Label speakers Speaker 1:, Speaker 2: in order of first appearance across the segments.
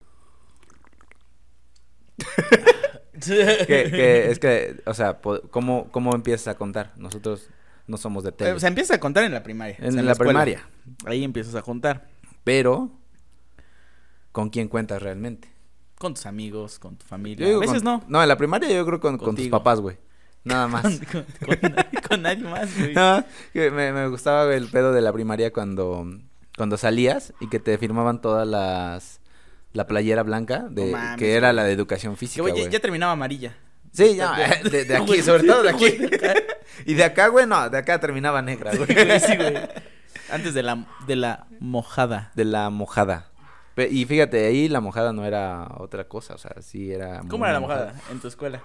Speaker 1: que, que es que, o sea, po- ¿cómo, ¿cómo empiezas a contar? Nosotros no somos de tele.
Speaker 2: Eh, O sea, empiezas a contar en la primaria. o
Speaker 1: en,
Speaker 2: sea,
Speaker 1: la,
Speaker 2: escuela.
Speaker 1: primaria.
Speaker 2: Ahí empiezas a contar.
Speaker 1: Pero, ¿con quién cuentas realmente?
Speaker 2: Con tus amigos, con tu
Speaker 1: Yo
Speaker 2: familia.
Speaker 1: digo
Speaker 2: a veces
Speaker 1: con-
Speaker 2: no.
Speaker 1: No, en la primaria yo creo con, con tus
Speaker 2: Contigo.
Speaker 1: papás, güey. Nada más.
Speaker 2: Con, con- con nadie- con nadie más, güey.
Speaker 1: Nada más que me, me gustaba el pedo de la primaria cuando, cuando salías y que te firmaban todas las... La playera blanca, de,
Speaker 2: No mames,
Speaker 1: que era la de educación
Speaker 2: Que,
Speaker 1: física,
Speaker 2: güey, ya-
Speaker 1: güey.
Speaker 2: ya terminaba amarilla.
Speaker 1: Sí, ya, de, de aquí,
Speaker 2: Güey,
Speaker 1: sobre todo de
Speaker 2: güey,
Speaker 1: aquí.
Speaker 2: de acá.
Speaker 1: Y de acá, güey, no, de acá terminaba negra, güey.
Speaker 2: Güey, sí, güey. Antes de la, de la mojada.
Speaker 1: De la mojada. Pe- Y fíjate, ahí la mojada no era otra cosa, o sea, sí era...
Speaker 2: ¿Cómo
Speaker 1: muy
Speaker 2: era la mojada en tu escuela?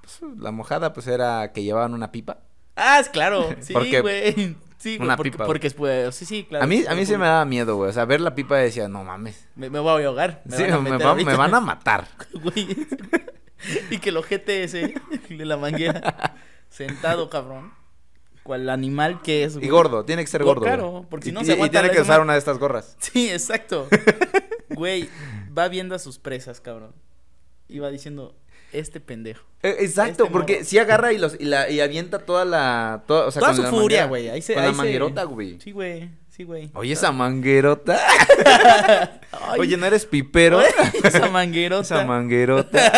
Speaker 1: Pues, la mojada, pues, era que llevaban una pipa.
Speaker 2: Ah, es claro. Sí,
Speaker 1: Porque-
Speaker 2: güey. Sí, güey,
Speaker 1: una
Speaker 2: porque,
Speaker 1: pipa,
Speaker 2: porque es pues, sí, sí, claro.
Speaker 1: A mí, a mí
Speaker 2: Porque-
Speaker 1: se me daba miedo, güey, o sea, ver la pipa decía, no mames.
Speaker 2: me, me voy a ahogar.
Speaker 1: sí,
Speaker 2: van a
Speaker 1: me,
Speaker 2: meter
Speaker 1: va-
Speaker 2: ahorita.
Speaker 1: me van a matar.
Speaker 2: Güey. Y que el ojete ese de la manguera sentado, cabrón. Cual animal que es,
Speaker 1: Y gordo, tiene que ser
Speaker 2: Go-
Speaker 1: gordo. güey.
Speaker 2: claro, porque si no
Speaker 1: y,
Speaker 2: se
Speaker 1: y- y
Speaker 2: aguanta
Speaker 1: tiene
Speaker 2: la-
Speaker 1: que usar
Speaker 2: esa-
Speaker 1: una de estas gorras.
Speaker 2: Sí, exacto. Güey, va viendo a sus presas, cabrón. Y va diciendo, este pendejo.
Speaker 1: Eh, Exacto,
Speaker 2: Este
Speaker 1: porque
Speaker 2: morro.
Speaker 1: si agarra y, los, y, la, y avienta toda la... Toda, o sea,
Speaker 2: Toda
Speaker 1: con
Speaker 2: su
Speaker 1: la
Speaker 2: furia,
Speaker 1: manguera-
Speaker 2: güey. Ahí se
Speaker 1: Con la
Speaker 2: ahí se-
Speaker 1: manguerota, güey.
Speaker 2: Sí, güey. Sí, güey.
Speaker 1: Oye, esa manguerota.
Speaker 2: Ay,
Speaker 1: Oye, ¿no eres pipero?
Speaker 2: esa manguerota.
Speaker 1: Esa manguerota.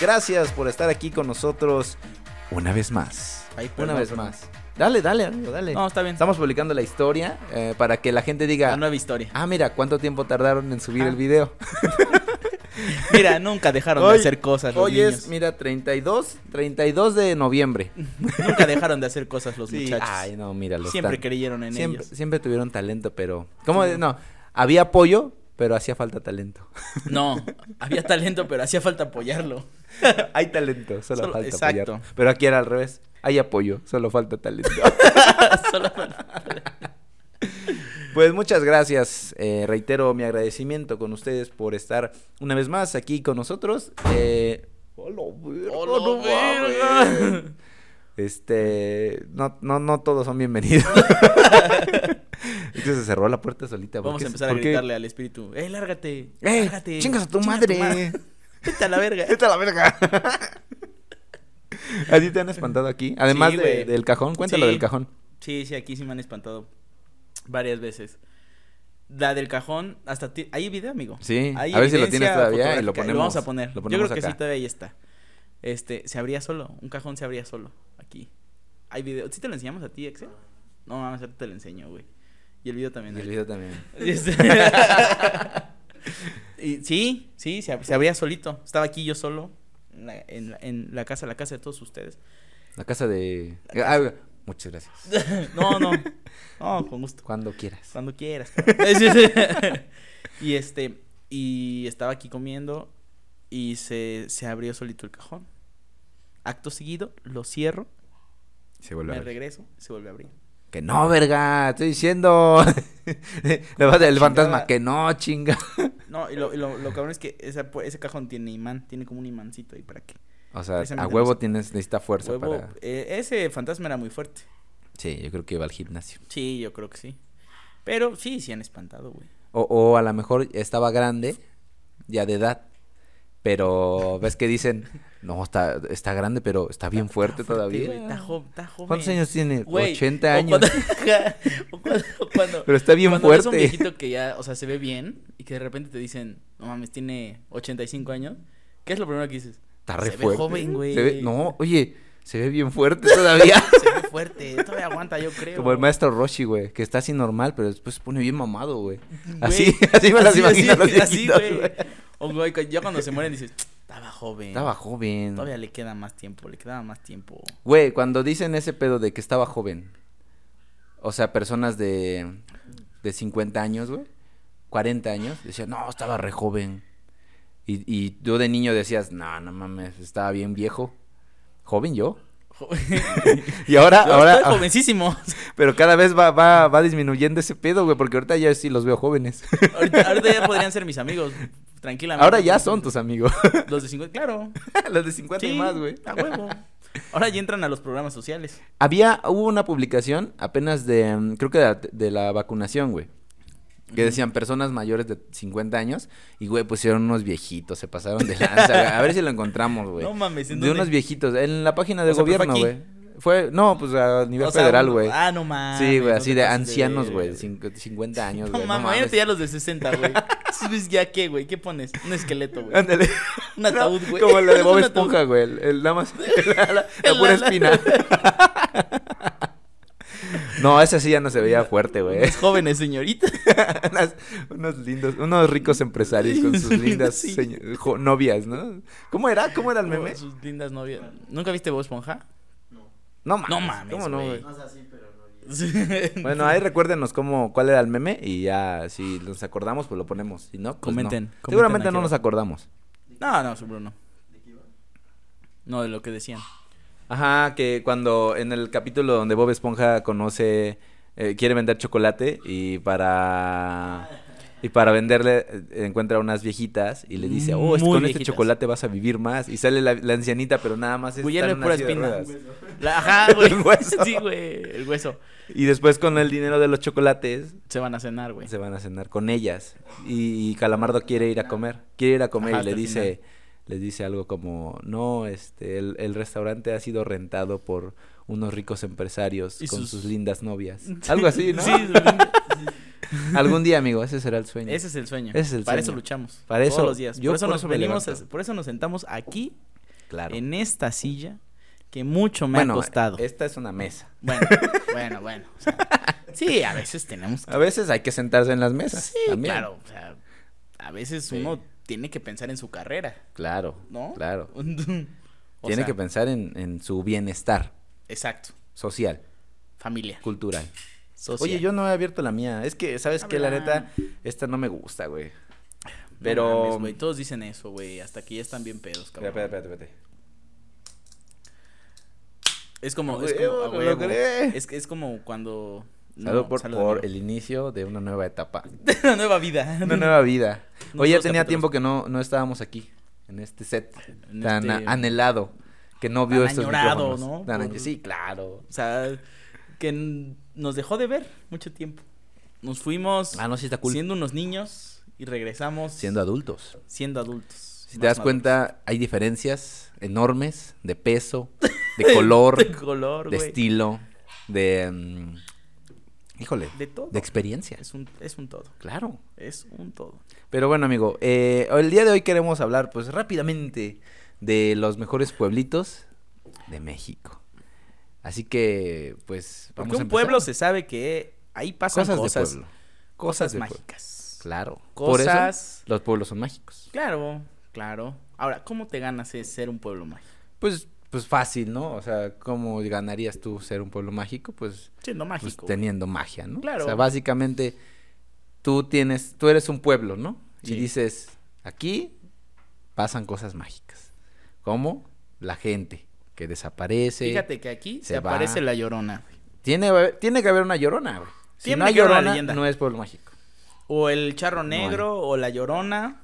Speaker 1: Gracias por estar aquí con nosotros una vez más.
Speaker 2: Ay, perdón,
Speaker 1: Una vez
Speaker 2: perdón.
Speaker 1: más. Dale, dale, amigo, dale.
Speaker 2: No, está bien.
Speaker 1: Estamos publicando la historia eh, para que la gente
Speaker 2: La
Speaker 1: diga,
Speaker 2: nueva historia.
Speaker 1: ah, mira, ¿cuánto tiempo tardaron en subir
Speaker 2: Ajá.
Speaker 1: el video?
Speaker 2: Mira, nunca dejaron de
Speaker 1: Hoy-
Speaker 2: hacer cosas los
Speaker 1: Hoy es,
Speaker 2: niños.
Speaker 1: mira, 32, 32 de noviembre.
Speaker 2: Nunca dejaron de hacer cosas los
Speaker 1: Sí,
Speaker 2: muchachos.
Speaker 1: Ay, no, mira, los
Speaker 2: Siempre
Speaker 1: tan-
Speaker 2: creyeron en
Speaker 1: siempre,
Speaker 2: ellos.
Speaker 1: siempre tuvieron talento, pero. ¿Cómo? de- No, había apoyo, pero hacía falta talento.
Speaker 2: No, había talento, pero hacía falta apoyarlo.
Speaker 1: Hay talento, solo,
Speaker 2: Solo-
Speaker 1: falta
Speaker 2: exacto.
Speaker 1: apoyar. Pero aquí era al revés. Hay apoyo, solo falta talento.
Speaker 2: Solo-
Speaker 1: pues muchas gracias. eh, reitero mi agradecimiento con ustedes por estar una vez más aquí con nosotros. Eh, hola, verga,
Speaker 2: Hola,
Speaker 1: no mames.
Speaker 2: verga.
Speaker 1: Este, no, no, no todos son bienvenidos. Es que se cerró la puerta solita. ¿por
Speaker 2: Vamos
Speaker 1: qué?
Speaker 2: a empezar a
Speaker 1: ¿Por qué?
Speaker 2: gritarle al espíritu. ¡Eh, lárgate!
Speaker 1: ¡Eh!
Speaker 2: lárgate,
Speaker 1: ¡Chingas a tu
Speaker 2: chinga
Speaker 1: madre!
Speaker 2: ma- Vete a la verga!
Speaker 1: ¡Vete a la verga! ¿A ti te han espantado aquí? Además
Speaker 2: Sí,
Speaker 1: de-
Speaker 2: güey.
Speaker 1: del cajón, cuéntalo
Speaker 2: Sí.
Speaker 1: del cajón.
Speaker 2: Sí, sí, aquí sí me han espantado varias veces. La del cajón, hasta ti- hay video, amigo.
Speaker 1: Sí,
Speaker 2: Hay
Speaker 1: a ver si lo
Speaker 2: evidencia
Speaker 1: tienes todavía y lo
Speaker 2: fotográfica,
Speaker 1: ponemos.
Speaker 2: vamos a poner.
Speaker 1: Lo
Speaker 2: Yo
Speaker 1: ponemos
Speaker 2: creo que
Speaker 1: acá.
Speaker 2: sí todavía ahí está. Este, se abría solo, un cajón se abría solo aquí. Hay video, ¿sí te lo enseñamos a ti, Excel? No mames, ahorita te lo enseño, güey. Y el video también.
Speaker 1: Y el
Speaker 2: ahorita.
Speaker 1: video también.
Speaker 2: Este- Y sí, sí, se, ab- se abría solito. Estaba aquí yo solo en la, en la- en la casa, la casa de todos ustedes.
Speaker 1: La casa de... Ah, muchas gracias.
Speaker 2: No, no, no, con gusto.
Speaker 1: Cuando quieras.
Speaker 2: Cuando quieras. cabrón. Sí, sí. y este, y estaba aquí comiendo y se, se abrió solito el cajón. Acto seguido, lo cierro,
Speaker 1: Se vuelve
Speaker 2: me
Speaker 1: a abrir.
Speaker 2: regreso, se vuelve a abrir.
Speaker 1: Que no, verga, estoy diciendo. Le va el fantasma, que no, chinga.
Speaker 2: No, y lo, y lo, lo cabrón es que esa pu- ese cajón tiene imán, tiene como un imancito ahí para que.
Speaker 1: O sea, a
Speaker 2: Precisamente
Speaker 1: huevo
Speaker 2: los-
Speaker 1: tienes, necesita fuerza
Speaker 2: Huevo,
Speaker 1: para...
Speaker 2: eh, ese fantasma era muy fuerte.
Speaker 1: Sí, yo creo que iba al gimnasio.
Speaker 2: Sí, yo creo que sí. Pero sí, sí han espantado, güey.
Speaker 1: O, o a lo mejor estaba grande, ya de edad. Pero ves que dicen, no, está, está grande, pero está bien fuerte todavía.
Speaker 2: Güey, Está, jo- está joven.
Speaker 1: ¿Cuántos años tiene?
Speaker 2: Güey,
Speaker 1: 80
Speaker 2: o
Speaker 1: años.
Speaker 2: cuando- o cuando- o cuando-
Speaker 1: Pero está bien
Speaker 2: Cuando ves a un
Speaker 1: fuerte.
Speaker 2: viejito que ya, o sea, se ve bien y que de repente te dicen, no mames, tiene 85 años, ¿qué es lo primero que dices?
Speaker 1: Está re
Speaker 2: se ve
Speaker 1: fuerte.
Speaker 2: joven, güey.
Speaker 1: Se ve- no, oye, se ve bien fuerte todavía.
Speaker 2: Se ve fuerte, todavía aguanta, yo creo.
Speaker 1: Como el maestro Roshi, güey, que está así normal, pero después se pone bien mamado, güey.
Speaker 2: Güey,
Speaker 1: Así, así me las imagino a los
Speaker 2: así,
Speaker 1: viejitos,
Speaker 2: güey.
Speaker 1: güey.
Speaker 2: O güey, cu- ya cuando se mueren dices, estaba joven.
Speaker 1: Estaba joven.
Speaker 2: Todavía le queda más tiempo, le quedaba más tiempo.
Speaker 1: Güey, cuando dicen ese pedo de que estaba joven, o sea, personas de, de 50 años, güey, 40 años, decían, no, estaba re joven. Y, y tú de niño decías, no, no mames, estaba bien viejo. ¿Joven yo?
Speaker 2: Joven.
Speaker 1: Y ahora,
Speaker 2: Yo
Speaker 1: Ah, ahora,
Speaker 2: estoy jovencísimo.
Speaker 1: pero cada vez va, va, va disminuyendo ese pedo, güey, porque ahorita ya sí los veo jóvenes.
Speaker 2: ahorita, ahorita ya podrían ser mis amigos, tranquilamente.
Speaker 1: Ahora ya son tus amigos.
Speaker 2: Los de 50, claro.
Speaker 1: los de 50 y
Speaker 2: Sí,
Speaker 1: más, güey.
Speaker 2: A huevo. Ahora ya entran a los programas sociales.
Speaker 1: Había, hubo una publicación apenas de, mm, creo que de, la- de la vacunación, güey. Que decían personas mayores de 50 años y, güey, pusieron unos viejitos, se pasaron de lanza. güey. A ver si lo encontramos, güey.
Speaker 2: No mames, ¿en
Speaker 1: de
Speaker 2: dónde?
Speaker 1: unos viejitos, en la página de
Speaker 2: O sea, pero fue
Speaker 1: gobierno,
Speaker 2: aquí.
Speaker 1: güey. Fue, no, pues a nivel
Speaker 2: O sea,
Speaker 1: federal,
Speaker 2: un-
Speaker 1: güey.
Speaker 2: Ah, no mames.
Speaker 1: sí, güey,
Speaker 2: no
Speaker 1: así
Speaker 2: te
Speaker 1: de
Speaker 2: pases
Speaker 1: ancianos, güey, de
Speaker 2: verga.
Speaker 1: cincu- 50 años,
Speaker 2: No
Speaker 1: güey.
Speaker 2: mames, imagínate ya los de 60, güey. Esos güeyes ¿Ya qué, güey? ¿Qué pones? Un esqueleto, güey.
Speaker 1: Ándale.
Speaker 2: Un ataúd, güey.
Speaker 1: Como la de Bob
Speaker 2: Un ataúd.
Speaker 1: Esponja, güey. El, el- nada más. La, la- la
Speaker 2: La-
Speaker 1: pura
Speaker 2: la-
Speaker 1: espina. no, ese sí ya no se veía fuerte, güey.
Speaker 2: Unos jóvenes, señorita.
Speaker 1: Unas- unos lindos, unos ricos empresarios con sus
Speaker 2: Sí.
Speaker 1: lindas seño- jo- novias, ¿no? ¿Cómo era? ¿Cómo era el meme?
Speaker 2: Sus lindas novias. ¿Nunca viste Bob Esponja?
Speaker 1: No mames.
Speaker 2: No mames,
Speaker 1: Ah, pues, ¿Cómo no,
Speaker 2: güey?
Speaker 1: güey?
Speaker 3: No es así, pero no bien.
Speaker 1: Bueno, ahí recuérdenos cómo, cuál era el meme y ya si nos acordamos, pues lo ponemos. Si no, pues
Speaker 2: Comenten,
Speaker 1: no.
Speaker 2: comenten
Speaker 1: Seguramente
Speaker 2: aquí
Speaker 1: no nos
Speaker 2: abajo.
Speaker 1: acordamos.
Speaker 2: No, no, seguro no.
Speaker 3: ¿De qué iba?
Speaker 2: No, de lo que decían.
Speaker 1: Ajá, que cuando en el capítulo donde Bob Esponja conoce, eh, quiere vender chocolate y para... Y para venderle eh, encuentra unas viejitas y le dice, oh, es-
Speaker 2: Muy
Speaker 1: con este
Speaker 2: viejitas.
Speaker 1: chocolate vas a vivir más. Y sale la, la ancianita, pero nada más es...
Speaker 2: Güey, ya
Speaker 1: estar
Speaker 2: no
Speaker 1: en
Speaker 2: hay
Speaker 1: una
Speaker 2: puras
Speaker 1: silla de
Speaker 2: pintas.
Speaker 1: ruedas.
Speaker 3: Hueso.
Speaker 2: La- Ajá, güey.
Speaker 1: El hueso.
Speaker 2: Sí, güey. El hueso.
Speaker 1: Y después con el dinero de los chocolates
Speaker 2: Se van a cenar, güey.
Speaker 1: se van a cenar con ellas. Y, Calamardo quiere ir a comer. Quiere ir a comer
Speaker 2: Ajá,
Speaker 1: y le
Speaker 2: hasta el
Speaker 1: dice, les dice algo como, no, este, el, el restaurante ha sido rentado por unos ricos empresarios
Speaker 2: Y
Speaker 1: con sus...
Speaker 2: sus-
Speaker 1: lindas novias. Algo así, ¿no?
Speaker 2: Sí, güey.
Speaker 1: Algún día, amigo, ese será el sueño.
Speaker 2: ese es el sueño.
Speaker 1: Ese es el
Speaker 2: Para eso
Speaker 1: sueño.
Speaker 2: luchamos.
Speaker 1: Para eso-
Speaker 2: Todos los días.
Speaker 1: yo
Speaker 2: por eso
Speaker 1: por
Speaker 2: nos
Speaker 1: eso me
Speaker 2: venimos,
Speaker 1: levanto.
Speaker 2: a- por eso nos sentamos aquí,
Speaker 1: Claro.
Speaker 2: en esta silla, que mucho me
Speaker 1: bueno,
Speaker 2: ha costado.
Speaker 1: esta es una mesa.
Speaker 2: Bueno, bueno, bueno. o sea, sí, a veces tenemos que...
Speaker 1: A veces hay que sentarse en las mesas.
Speaker 2: Sí,
Speaker 1: también.
Speaker 2: claro. O sea, a veces
Speaker 1: Sí.
Speaker 2: uno tiene que pensar en su carrera,
Speaker 1: Claro,
Speaker 2: ¿no?
Speaker 1: claro.
Speaker 2: O
Speaker 1: Tiene
Speaker 2: sea,
Speaker 1: que pensar en, en su bienestar
Speaker 2: Exacto.
Speaker 1: social,
Speaker 2: Familia.
Speaker 1: cultural.
Speaker 2: social.
Speaker 1: Oye, yo no he abierto la mía. Es que, ¿sabes qué? La
Speaker 2: Habla.
Speaker 1: neta, esta no me gusta, güey.
Speaker 2: No
Speaker 1: Pero...
Speaker 2: mames, güey, todos dicen eso, güey. Hasta que ya están bien pedos,
Speaker 1: Espera,
Speaker 2: cabrón.
Speaker 1: espera, espera, espera.
Speaker 2: Es como,
Speaker 1: A
Speaker 2: es como,
Speaker 1: huevo,
Speaker 2: a
Speaker 1: Ah, lo
Speaker 2: huevo.
Speaker 1: logré.
Speaker 2: Es, que- es como cuando. no,
Speaker 1: Salud por,
Speaker 2: salud,
Speaker 1: por
Speaker 2: amigo.
Speaker 1: el inicio de una nueva etapa.
Speaker 2: Una nueva vida.
Speaker 1: Una nueva vida.
Speaker 2: Unos
Speaker 1: Oye, ya
Speaker 2: nuevos
Speaker 1: tenía
Speaker 2: capítulos.
Speaker 1: tiempo que no, no estábamos aquí, en este set
Speaker 2: En
Speaker 1: tan
Speaker 2: este-
Speaker 1: a- anhelado, que no vio
Speaker 2: Tan
Speaker 1: estos
Speaker 2: añorado,
Speaker 1: micrófonos.
Speaker 2: ¿no?
Speaker 1: Tan añ-
Speaker 2: Por-
Speaker 1: Sí, claro.
Speaker 2: O sea, que n- nos dejó de ver mucho tiempo. Nos fuimos
Speaker 1: Ah, no, sí está cool. Siendo,
Speaker 2: siendo unos niños y regresamos
Speaker 1: adultos.
Speaker 2: siendo adultos.
Speaker 1: Si
Speaker 2: más
Speaker 1: te das
Speaker 2: maduros.
Speaker 1: cuenta, hay diferencias enormes de peso, de color,
Speaker 2: De color,
Speaker 1: de
Speaker 2: güey.
Speaker 1: estilo, de... mm, híjole,
Speaker 2: De todo.
Speaker 1: de experiencia.
Speaker 2: Es un, es un todo.
Speaker 1: Claro.
Speaker 2: Es un todo.
Speaker 1: Pero bueno, amigo, eh, el día de hoy queremos hablar, pues, rápidamente de los mejores pueblitos de México. Así que, pues,
Speaker 2: Porque
Speaker 1: vamos a
Speaker 2: un
Speaker 1: empezar.
Speaker 2: pueblo se sabe que ahí pasan
Speaker 1: cosas,
Speaker 2: cosas.
Speaker 1: de pueblo.
Speaker 2: Cosas,
Speaker 1: de pueblo.
Speaker 2: mágicas.
Speaker 1: Claro. Por eso,
Speaker 2: Cosas.
Speaker 1: los pueblos son mágicos.
Speaker 2: Claro, claro. Ahora, ¿cómo te ganas de ser un pueblo mágico?
Speaker 1: Pues, pues fácil, ¿no? O sea, ¿cómo ganarías tú ser un pueblo mágico? Pues,
Speaker 2: Siendo
Speaker 1: pues,
Speaker 2: mágico. güey.
Speaker 1: teniendo magia, ¿no?
Speaker 2: Claro.
Speaker 1: O sea, básicamente, tú tienes, tú eres un pueblo, ¿no?
Speaker 2: Sí.
Speaker 1: Y dices, aquí pasan cosas mágicas. Como la gente que desaparece.
Speaker 2: Fíjate que aquí se,
Speaker 1: se va.
Speaker 2: aparece la llorona. güey.
Speaker 1: Tiene, tiene que haber una llorona, güey. Si
Speaker 2: Tiene
Speaker 1: no hay
Speaker 2: que haber una
Speaker 1: llorona,
Speaker 2: leyenda.
Speaker 1: no es pueblo mágico.
Speaker 2: O el charro
Speaker 1: hay.
Speaker 2: negro, o la llorona.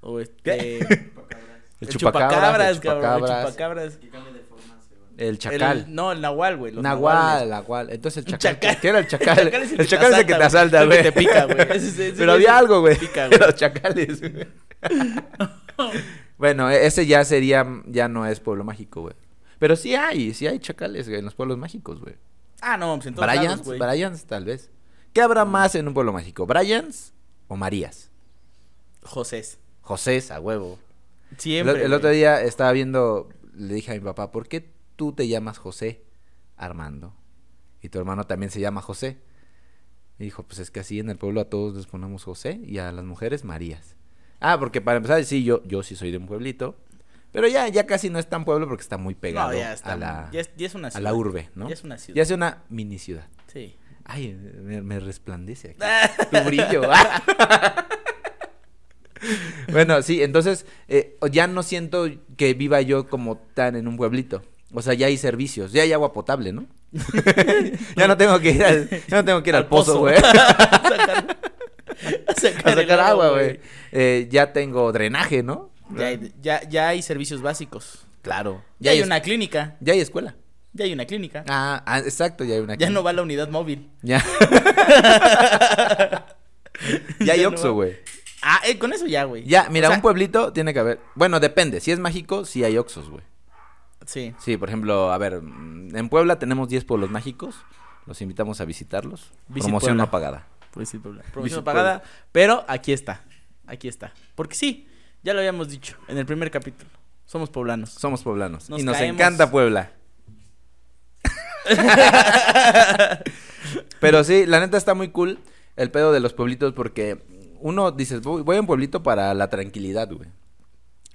Speaker 2: O este.
Speaker 3: Chupacabras.
Speaker 1: El chupacabras, el
Speaker 2: cabrón. El
Speaker 1: chupacabras.
Speaker 2: chupacabras.
Speaker 3: Que cambia de forma según.
Speaker 1: El chacal.
Speaker 2: El- no, el nahual, güey. los nahuales.
Speaker 1: Nahual, Nahual. Entonces el
Speaker 2: Un
Speaker 1: chacal.
Speaker 2: chacal.
Speaker 1: ¿Qué era el chacal?
Speaker 2: El chacal es el que te
Speaker 1: que te
Speaker 2: asalta,
Speaker 1: asalta,
Speaker 2: güey.
Speaker 1: güey.
Speaker 2: El que te pica, güey. Ese- ese- ese
Speaker 1: Pero
Speaker 2: güey
Speaker 1: había
Speaker 2: es-
Speaker 1: algo, güey.
Speaker 2: pica,
Speaker 1: de
Speaker 2: güey.
Speaker 1: Los chacales, güey. Bueno, e- ese ya sería, ya no es pueblo mágico, güey. Pero sí hay, sí hay chacales güey, en los pueblos mágicos, güey.
Speaker 2: Ah, no, pues en todos lados,
Speaker 1: Bryans,
Speaker 2: güey. Mm.
Speaker 1: Bryans, tal vez. ¿Qué habrá más en un pueblo mágico? ¿Bryans o Marías?
Speaker 2: Josés.
Speaker 1: José, a huevo. El,
Speaker 2: Siempre.
Speaker 1: el otro
Speaker 2: güey.
Speaker 1: día estaba viendo, le dije a mi papá, ¿por qué tú te llamas José Armando? Y tu hermano también se llama José. Y dijo, pues es que así en el pueblo a todos les ponemos José y a las mujeres Marías. Ah, porque para empezar, sí, yo, yo sí soy de un pueblito. Pero ya, ya casi no es tan pueblo porque está muy pegado
Speaker 2: No, ya está.
Speaker 1: a, la,
Speaker 2: ya, es, ya es una
Speaker 1: a
Speaker 2: ciudad.
Speaker 1: la urbe, ¿no?
Speaker 2: Ya es una ciudad.
Speaker 1: Ya es una mini ciudad.
Speaker 2: Sí.
Speaker 1: Ay, me, me resplandece
Speaker 2: Ah,
Speaker 1: aquí. tu brillo. ah. bueno, sí, entonces eh, ya no siento que viva yo como tan en un pueblito. O sea, ya hay servicios, ya hay agua potable, ¿no? ya no tengo que ir al, ya no tengo que ir al, pozo, güey.
Speaker 2: a sacar, a
Speaker 1: a
Speaker 2: sacar el
Speaker 1: sacar agua, güey. Eh, ya tengo drenaje, ¿no?
Speaker 2: Ya, hay- ya, ya hay servicios básicos.
Speaker 1: Claro.
Speaker 2: Ya hay
Speaker 1: es-
Speaker 2: una clínica.
Speaker 1: ya hay escuela.
Speaker 2: Ya hay una clínica.
Speaker 1: Ah, ah, exacto, ya hay una.
Speaker 2: Ya no va la unidad móvil.
Speaker 1: Ya. ya hay
Speaker 2: Ya no va.
Speaker 1: Oxxo, güey.
Speaker 2: Ah, eh, con eso ya, güey.
Speaker 1: Ya, mira,
Speaker 2: O sea,
Speaker 1: un pueblito tiene que haber. Bueno, depende. Si es mágico, sí hay Oxxos, güey.
Speaker 2: Sí.
Speaker 1: Sí, por ejemplo, a ver, mm, en Puebla tenemos 10 pueblos mágicos. Los invitamos a visitarlos.
Speaker 2: Visit
Speaker 1: Promoción
Speaker 2: Puebla.
Speaker 1: no pagada.
Speaker 2: Publicidad pagada.
Speaker 1: Publicidad
Speaker 2: Promoción pagada. Pero aquí está. Aquí está. Porque sí, ya lo habíamos dicho en el primer capítulo. Somos poblanos.
Speaker 1: Somos poblanos.
Speaker 2: Nos
Speaker 1: y nos
Speaker 2: caemos.
Speaker 1: encanta Puebla. Pero sí, la neta está muy cool el pedo de los pueblitos porque uno dices, voy, voy a un pueblito para la tranquilidad, güey.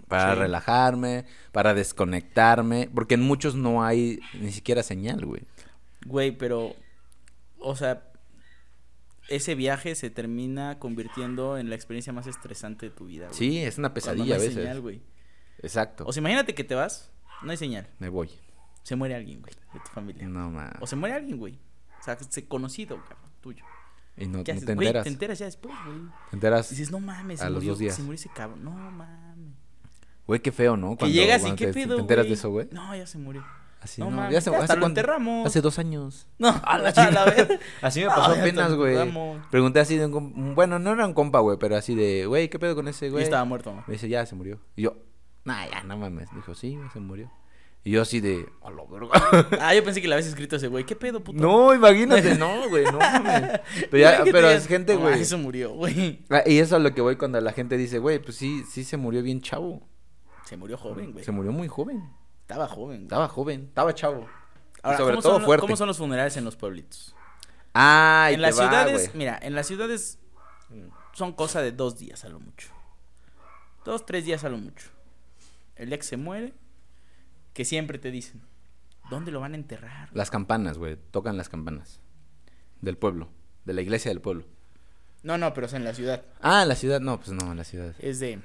Speaker 1: Para
Speaker 2: Sí.
Speaker 1: relajarme, para desconectarme, porque en muchos no hay ni siquiera señal, güey.
Speaker 2: Güey, pero. O sea. Ese viaje se termina convirtiendo en la experiencia más estresante de tu vida, güey.
Speaker 1: Sí, es una
Speaker 2: Cuando
Speaker 1: pesadilla a
Speaker 2: no hay
Speaker 1: veces.
Speaker 2: señal, güey.
Speaker 1: Exacto.
Speaker 2: O sea, imagínate que te vas, no hay señal.
Speaker 1: Me voy.
Speaker 2: Se muere alguien, güey, de tu familia.
Speaker 1: No, man.
Speaker 2: O se muere alguien, güey. O sea, se conocido, cabrón, tuyo.
Speaker 1: y no, no
Speaker 2: ¿Qué
Speaker 1: te
Speaker 2: haces, güey?
Speaker 1: enteras.
Speaker 2: Te enteras ya después, güey.
Speaker 1: Te enteras.
Speaker 2: Y dices, no mames,
Speaker 1: A
Speaker 2: se
Speaker 1: los
Speaker 2: murió,
Speaker 1: dos días.
Speaker 2: se murió ese cabrón. No mames.
Speaker 1: Güey, qué feo, ¿no?
Speaker 2: que llegas y
Speaker 1: cuando
Speaker 2: qué
Speaker 1: te,
Speaker 2: pedo,
Speaker 1: Te enteras
Speaker 2: güey?
Speaker 1: de eso, güey.
Speaker 2: No, ya se murió.
Speaker 1: Así,
Speaker 2: no
Speaker 1: no,
Speaker 2: mames,
Speaker 1: Ya se-
Speaker 2: ya hasta
Speaker 1: ¿hace
Speaker 2: lo
Speaker 1: cuánto?
Speaker 2: enterramos.
Speaker 1: Hace dos años.
Speaker 2: No,
Speaker 1: A la
Speaker 2: a la vez.
Speaker 1: Así me
Speaker 2: No,
Speaker 1: pasó
Speaker 2: ya
Speaker 1: apenas,
Speaker 2: te
Speaker 1: güey.
Speaker 2: enterramos.
Speaker 1: Pregunté así de un com- Bueno, no era un compa, güey, pero así de, güey, ¿qué pedo con ese,
Speaker 2: Yo
Speaker 1: güey?
Speaker 2: estaba muerto, mamá.
Speaker 1: Me dice, ya se murió. Y yo, nah, ya, no mames. Dijo, sí, güey, se murió. Y yo así de, a la verga.
Speaker 2: Ah, yo pensé que le habías escrito a ese güey. ¿Qué pedo, puto?
Speaker 1: No, imagínate, no, güey, no mames. Pero, ya-
Speaker 2: Imagínate,
Speaker 1: pero
Speaker 2: ya-
Speaker 1: es gente,
Speaker 2: no,
Speaker 1: güey.
Speaker 2: Eso murió, güey.
Speaker 1: Ah, Y eso es a lo que voy cuando la gente dice, güey, pues sí, sí se murió bien chavo.
Speaker 2: Se murió joven, güey.
Speaker 1: Se murió muy joven.
Speaker 2: Estaba joven. güey.
Speaker 1: Estaba joven, estaba chavo.
Speaker 2: Ahora,
Speaker 1: sobre
Speaker 2: ¿cómo
Speaker 1: todo
Speaker 2: son, lo-
Speaker 1: fuerte.
Speaker 2: ¿cómo son los funerales en los pueblitos?
Speaker 1: Ah, y
Speaker 2: en
Speaker 1: te
Speaker 2: las
Speaker 1: va,
Speaker 2: ciudades,
Speaker 1: güey.
Speaker 2: mira, en las ciudades son cosa de dos días a lo mucho. Dos, tres días a lo mucho. El día que se muere, que siempre te dicen, ¿dónde lo van a enterrar?
Speaker 1: Las campanas, güey. Tocan las campanas. Del pueblo. De la iglesia del pueblo.
Speaker 2: No, no, pero o sea, en la ciudad.
Speaker 1: Ah, en la ciudad. No, pues no, en la ciudad.
Speaker 2: Es de,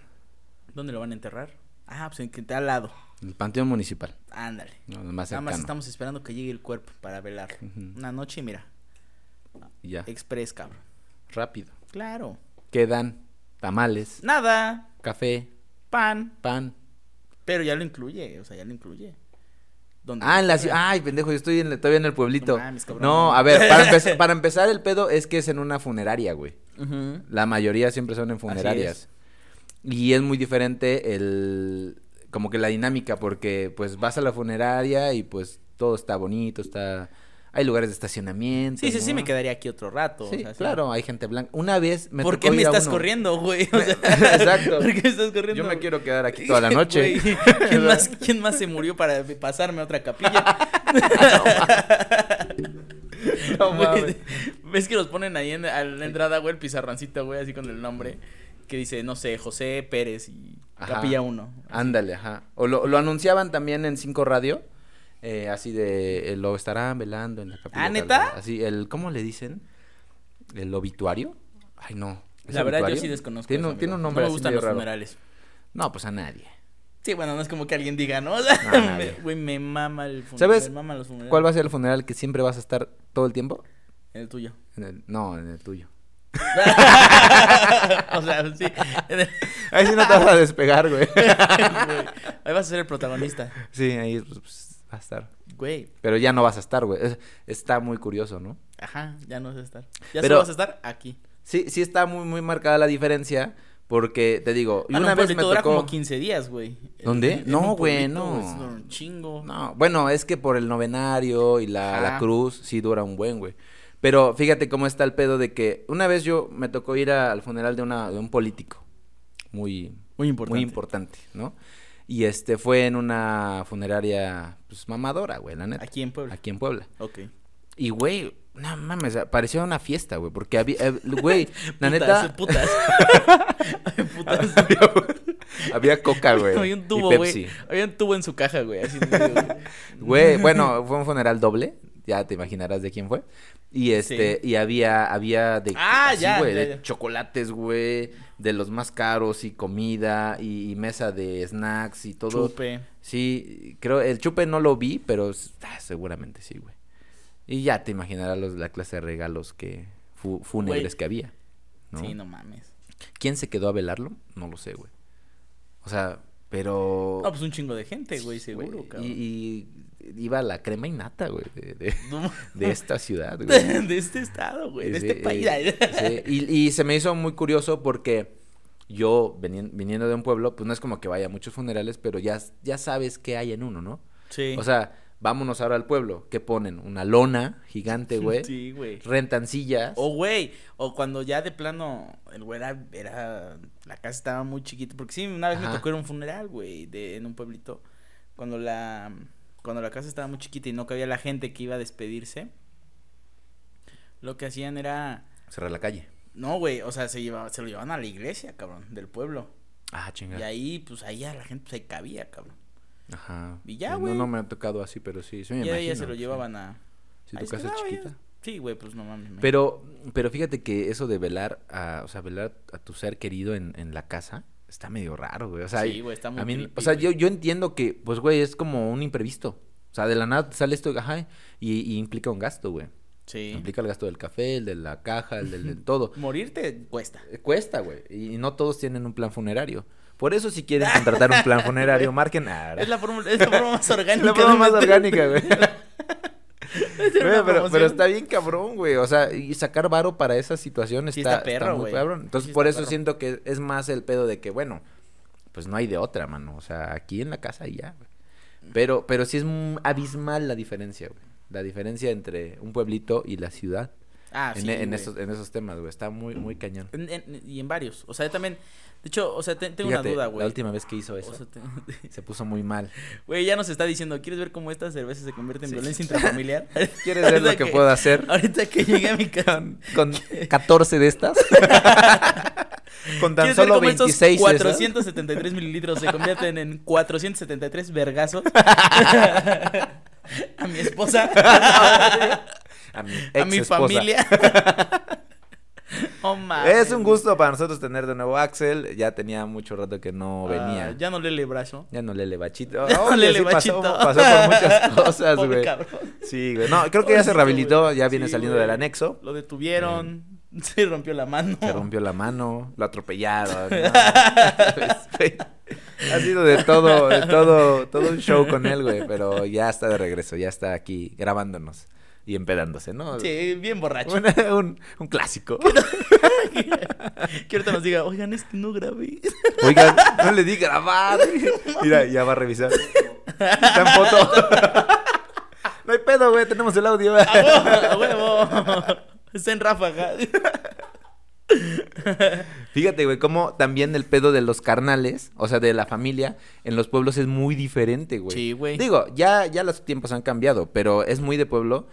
Speaker 2: ¿dónde lo van a enterrar? Ah, pues en que está al lado.
Speaker 1: El panteón municipal.
Speaker 2: Ándale.
Speaker 1: No, lo más
Speaker 2: Nada
Speaker 1: cercano.
Speaker 2: más estamos esperando que llegue el cuerpo para velarlo.
Speaker 1: Ujú.
Speaker 2: Una noche, mira,
Speaker 1: Y Ya.
Speaker 2: express, cabrón.
Speaker 1: Rápido.
Speaker 2: Claro.
Speaker 1: Quedan tamales,
Speaker 2: Nada,
Speaker 1: café,
Speaker 2: pan,
Speaker 1: pan.
Speaker 2: pero ya lo incluye, o sea, ya lo incluye. ¿Dónde
Speaker 1: Ah,
Speaker 2: lo
Speaker 1: en la ciudad.
Speaker 2: enterran?
Speaker 1: Ay, pendejo, yo estoy en, todavía en el pueblito.
Speaker 2: No mames, cabrón.
Speaker 1: No, a ver, para, empezar- para empezar, el pedo es que es en una funeraria, güey.
Speaker 2: Ujú.
Speaker 1: La mayoría siempre son en funerarias. Y es muy diferente el como que la dinámica porque pues vas a la funeraria y pues todo está bonito, está hay lugares de estacionamiento.
Speaker 2: Sí, sí, sí,
Speaker 1: ¿no?
Speaker 2: me quedaría aquí otro rato. o
Speaker 1: Sí,
Speaker 2: sea, sí.
Speaker 1: claro, hay gente blanca. Una vez me
Speaker 2: ¿Por
Speaker 1: tocó
Speaker 2: qué me
Speaker 1: ir a
Speaker 2: estás
Speaker 1: uno.
Speaker 2: corriendo, güey? O sea,
Speaker 1: Exacto.
Speaker 2: ¿Por qué me estás corriendo?
Speaker 1: Yo me
Speaker 2: güey?
Speaker 1: quiero quedar aquí toda la noche.
Speaker 2: Güey, ¿quién, más, quién más se murió para pasarme a otra capilla?
Speaker 1: No
Speaker 2: Güey,
Speaker 1: mames.
Speaker 2: ¿Ves que los ponen ahí en, a la entrada, güey, el pizarrancito, güey, así con el nombre? Que dice, no sé, José Pérez y
Speaker 1: Ajá.
Speaker 2: capilla 1.
Speaker 1: Ándale, ajá. O lo, lo anunciaban también en Cinco Radio, eh, así de eh, lo estarán velando en la capilla.
Speaker 2: ¿Ah,
Speaker 1: tal
Speaker 2: neta?
Speaker 1: vez. Así, el, ¿cómo le dicen? ¿El obituario? Ay, no. ¿Es
Speaker 2: La verdad, yo
Speaker 1: obituario?
Speaker 2: sí desconozco.
Speaker 1: Tiene,
Speaker 2: eso,
Speaker 1: un-
Speaker 2: amigo.
Speaker 1: tiene un
Speaker 2: No
Speaker 1: nombre
Speaker 2: me
Speaker 1: así
Speaker 2: gustan
Speaker 1: medio
Speaker 2: los
Speaker 1: raro.
Speaker 2: funerales.
Speaker 1: No, pues a nadie.
Speaker 2: Sí, bueno, no es como que alguien diga, ¿no? O sea,
Speaker 1: No, nadie.
Speaker 2: me- güey, me mama el funeral.
Speaker 1: ¿Sabes
Speaker 2: Me mama los funerales.
Speaker 1: ¿Cuál va a ser el funeral que siempre vas a estar todo el tiempo?
Speaker 2: El tuyo.
Speaker 1: En el- no, en el tuyo.
Speaker 2: o sea, sí.
Speaker 1: Ahí sí no te vas a despegar, güey.
Speaker 2: Güey, Ahí vas a ser el protagonista.
Speaker 1: sí, ahí pues, pues, va a estar.
Speaker 2: Güey,
Speaker 1: Pero ya no vas a estar, güey. Es- está muy curioso, ¿no?
Speaker 2: ajá, ya no vas a estar. Ya
Speaker 1: Pero-
Speaker 2: solo vas a estar aquí.
Speaker 1: Sí, sí está muy, muy marcada la diferencia. Porque, te digo, y
Speaker 2: Ah, no,
Speaker 1: una
Speaker 2: un
Speaker 1: vez me
Speaker 2: pueblito dura
Speaker 1: tocó...
Speaker 2: como 15 días, güey.
Speaker 1: ¿Dónde?
Speaker 2: En- en
Speaker 1: No,
Speaker 2: un
Speaker 1: güey,
Speaker 2: pueblito,
Speaker 1: no.
Speaker 2: Es un chingo.
Speaker 1: No, bueno, es que por el novenario y la, la
Speaker 2: Ajá.
Speaker 1: cruz sí dura un buen, güey. Pero fíjate cómo está el pedo de que una vez yo me tocó ir a- al funeral de, una, de un político muy,
Speaker 2: Muy importante.
Speaker 1: muy importante, ¿no? Y este fue en una funeraria, pues mamadora, güey, la neta.
Speaker 2: Aquí en Puebla.
Speaker 1: Aquí en Puebla.
Speaker 2: Ok.
Speaker 1: Y, güey, no mames, parecía una fiesta, güey, porque había, eh, güey, la
Speaker 2: Putas,
Speaker 1: neta, Ah,
Speaker 2: Putas. putas.
Speaker 1: había coca, güey.
Speaker 2: Había un tubo,
Speaker 1: y
Speaker 2: güey.
Speaker 1: Pepsi.
Speaker 2: Había un tubo en su caja, güey. Así medio, güey.
Speaker 1: Güey, bueno, fue un funeral doble, ya te imaginarás de quién fue. Y este, y había, había de,
Speaker 2: Ah, ya,
Speaker 1: güey,
Speaker 2: ya,
Speaker 1: de
Speaker 2: ya.
Speaker 1: chocolates, güey, de los más caros y comida y, y mesa de snacks y todo.
Speaker 2: Chupe.
Speaker 1: Sí, creo, el chupe no lo vi, pero s- ah, seguramente sí, güey. Y ya te imaginarás los, la clase de regalos que, fu- fúnebres
Speaker 2: Güey.
Speaker 1: que había. ¿no?
Speaker 2: Sí, no mames.
Speaker 1: ¿Quién se quedó a velarlo? No lo sé, güey. O sea, Pero.
Speaker 2: No, pues un chingo de gente, güey,
Speaker 1: güey,
Speaker 2: seguro, cabrón.
Speaker 1: y, y iba la crema innata, güey, de, de-
Speaker 2: No,
Speaker 1: de esta ciudad, güey.
Speaker 2: de este estado, güey, de
Speaker 1: Sí,
Speaker 2: este
Speaker 1: eh,
Speaker 2: país.
Speaker 1: sí, Y, y se me hizo muy curioso porque yo, venien- viniendo de un pueblo, pues no es como que vaya a muchos funerales, pero ya, ya sabes qué hay en uno, ¿no?
Speaker 2: Sí.
Speaker 1: O sea, vámonos ahora al pueblo. ¿Qué ponen? Una lona gigante, güey.
Speaker 2: Sí, Oh. güey.
Speaker 1: Rentan sillas.
Speaker 2: O, güey, o cuando ya de plano el güey era, era- La casa estaba muy chiquita. Porque sí, una vez me
Speaker 1: Ajá.
Speaker 2: tocó ir a un funeral, güey, de, en un pueblito. Cuando la. Cuando la casa estaba muy chiquita y no cabía la gente que iba a despedirse. Lo que hacían era.
Speaker 1: Cerrar la calle.
Speaker 2: No, güey, o sea, se, llevaba, se lo llevaban a la iglesia, cabrón, del pueblo.
Speaker 1: Ah,
Speaker 2: Y
Speaker 1: chingada.
Speaker 2: ahí, pues ahí ya la gente se cabía, cabrón.
Speaker 1: Ajá.
Speaker 2: Y ya,
Speaker 1: Sí,
Speaker 2: güey.
Speaker 1: No, no me ha tocado así, pero sí. sí me
Speaker 2: Y ahí ya
Speaker 1: imagino,
Speaker 2: se lo
Speaker 1: sí.
Speaker 2: llevaban a.
Speaker 1: Si
Speaker 2: ahí
Speaker 1: tu
Speaker 2: se
Speaker 1: casa es
Speaker 2: quedaba, ya.
Speaker 1: chiquita.
Speaker 2: Sí, güey, pues no mames. me-
Speaker 1: Pero, pero fíjate que eso de velar a, o sea, velar a tu ser querido en, en la casa está medio raro, güey. O sea,
Speaker 2: sí, güey, está muy
Speaker 1: a mí,
Speaker 2: creepy,
Speaker 1: o sea,
Speaker 2: güey.
Speaker 1: yo, yo entiendo que, pues, güey, es como un imprevisto. O sea, de la nada te sale esto, ajá, y, y implica un gasto, güey.
Speaker 2: Sí.
Speaker 1: Implica el gasto del café, el de la caja, el del, del todo.
Speaker 2: Morirte cuesta.
Speaker 1: Eh, Cuesta, güey. Y no todos tienen un plan funerario. Por eso, si quieren contratar un plan funerario, marquen. Ah,
Speaker 2: Es la fórmula, es la forma más orgánica.
Speaker 1: la forma
Speaker 2: de
Speaker 1: más
Speaker 2: meter-
Speaker 1: orgánica, güey.
Speaker 2: de hacer
Speaker 1: Güey,
Speaker 2: una
Speaker 1: pero, pero
Speaker 2: promoción.
Speaker 1: está bien cabrón, güey. O sea, y sacar varo para esa situación está,
Speaker 2: Sí está perro,
Speaker 1: muy
Speaker 2: güey.
Speaker 1: cabrón. Entonces,
Speaker 2: Sí
Speaker 1: por
Speaker 2: está
Speaker 1: eso
Speaker 2: perro.
Speaker 1: siento que es más el pedo de que, bueno, pues no hay de otra, mano. O sea, aquí en la casa y ya, güey. Pero, pero sí es mm, abismal la diferencia, güey. La diferencia entre un pueblito y la ciudad.
Speaker 2: Ah,
Speaker 1: en, e,
Speaker 2: sí,
Speaker 1: en
Speaker 2: güey.
Speaker 1: esos, en esos temas, güey. Está muy, muy cañón.
Speaker 2: En- en- y en varios. O sea, yo también. De hecho, o sea, te- tengo
Speaker 1: Fíjate,
Speaker 2: una duda, güey.
Speaker 1: La última vez que hizo eso,
Speaker 2: O sea, te-
Speaker 1: se puso muy mal.
Speaker 2: Güey, ya nos está diciendo, ¿quieres ver cómo esta cerveza se convierte en
Speaker 1: Sí.
Speaker 2: violencia intrafamiliar?
Speaker 1: ¿Quieres ver lo
Speaker 2: Ahorita
Speaker 1: que puedo hacer
Speaker 2: Ahorita que llegué a mi casa.
Speaker 1: con 14 de estas? con tan
Speaker 2: ¿Quieres ver
Speaker 1: solo
Speaker 2: cómo estos
Speaker 1: 26 de esas?
Speaker 2: 473 mililitros se convierten en 473 vergazos? a mi esposa.
Speaker 1: A mi,
Speaker 2: a mi
Speaker 1: ex-esposa.
Speaker 2: familia. oh, mames.
Speaker 1: Es un gusto para nosotros tener de nuevo a Axel. Ya tenía mucho rato que no
Speaker 2: Ah,
Speaker 1: venía. ya...
Speaker 2: ya no le le brazo.
Speaker 1: no le le bachito.
Speaker 2: Ya no
Speaker 1: Oye,
Speaker 2: lele
Speaker 1: sí pasó,
Speaker 2: bachito.
Speaker 1: pasó por muchas cosas,
Speaker 2: Pobre
Speaker 1: güey.
Speaker 2: cabrón.
Speaker 1: Sí, güey. No, creo que ya se
Speaker 2: Pobrecito,
Speaker 1: rehabilitó.
Speaker 2: güey.
Speaker 1: Ya viene
Speaker 2: Sí,
Speaker 1: saliendo
Speaker 2: güey. Eh.
Speaker 1: del anexo.
Speaker 2: Lo detuvieron. Se rompió la mano.
Speaker 1: Se rompió la mano, lo atropellaron. ¿no? ha sido de todo, de todo, todo un show con él, güey. Pero ya está de regreso, ya está aquí grabándonos y empedándose, ¿no?
Speaker 2: Sí, bien borracho.
Speaker 1: Un, un- un clásico.
Speaker 2: Que ahorita nos diga, oigan, es que no grabé.
Speaker 1: Oigan, no le di grabar. Mira, ya va a revisar. Está en foto. No hay pedo, güey, tenemos el audio.
Speaker 2: ¡A Ah, huevo! ¡A huevo! Está en ráfaga.
Speaker 1: Fíjate, güey, cómo también el pedo de los carnales, o sea, de la familia, en los pueblos es muy diferente, güey.
Speaker 2: Sí, güey.
Speaker 1: Digo, ya, ya los tiempos han cambiado, pero es muy de pueblo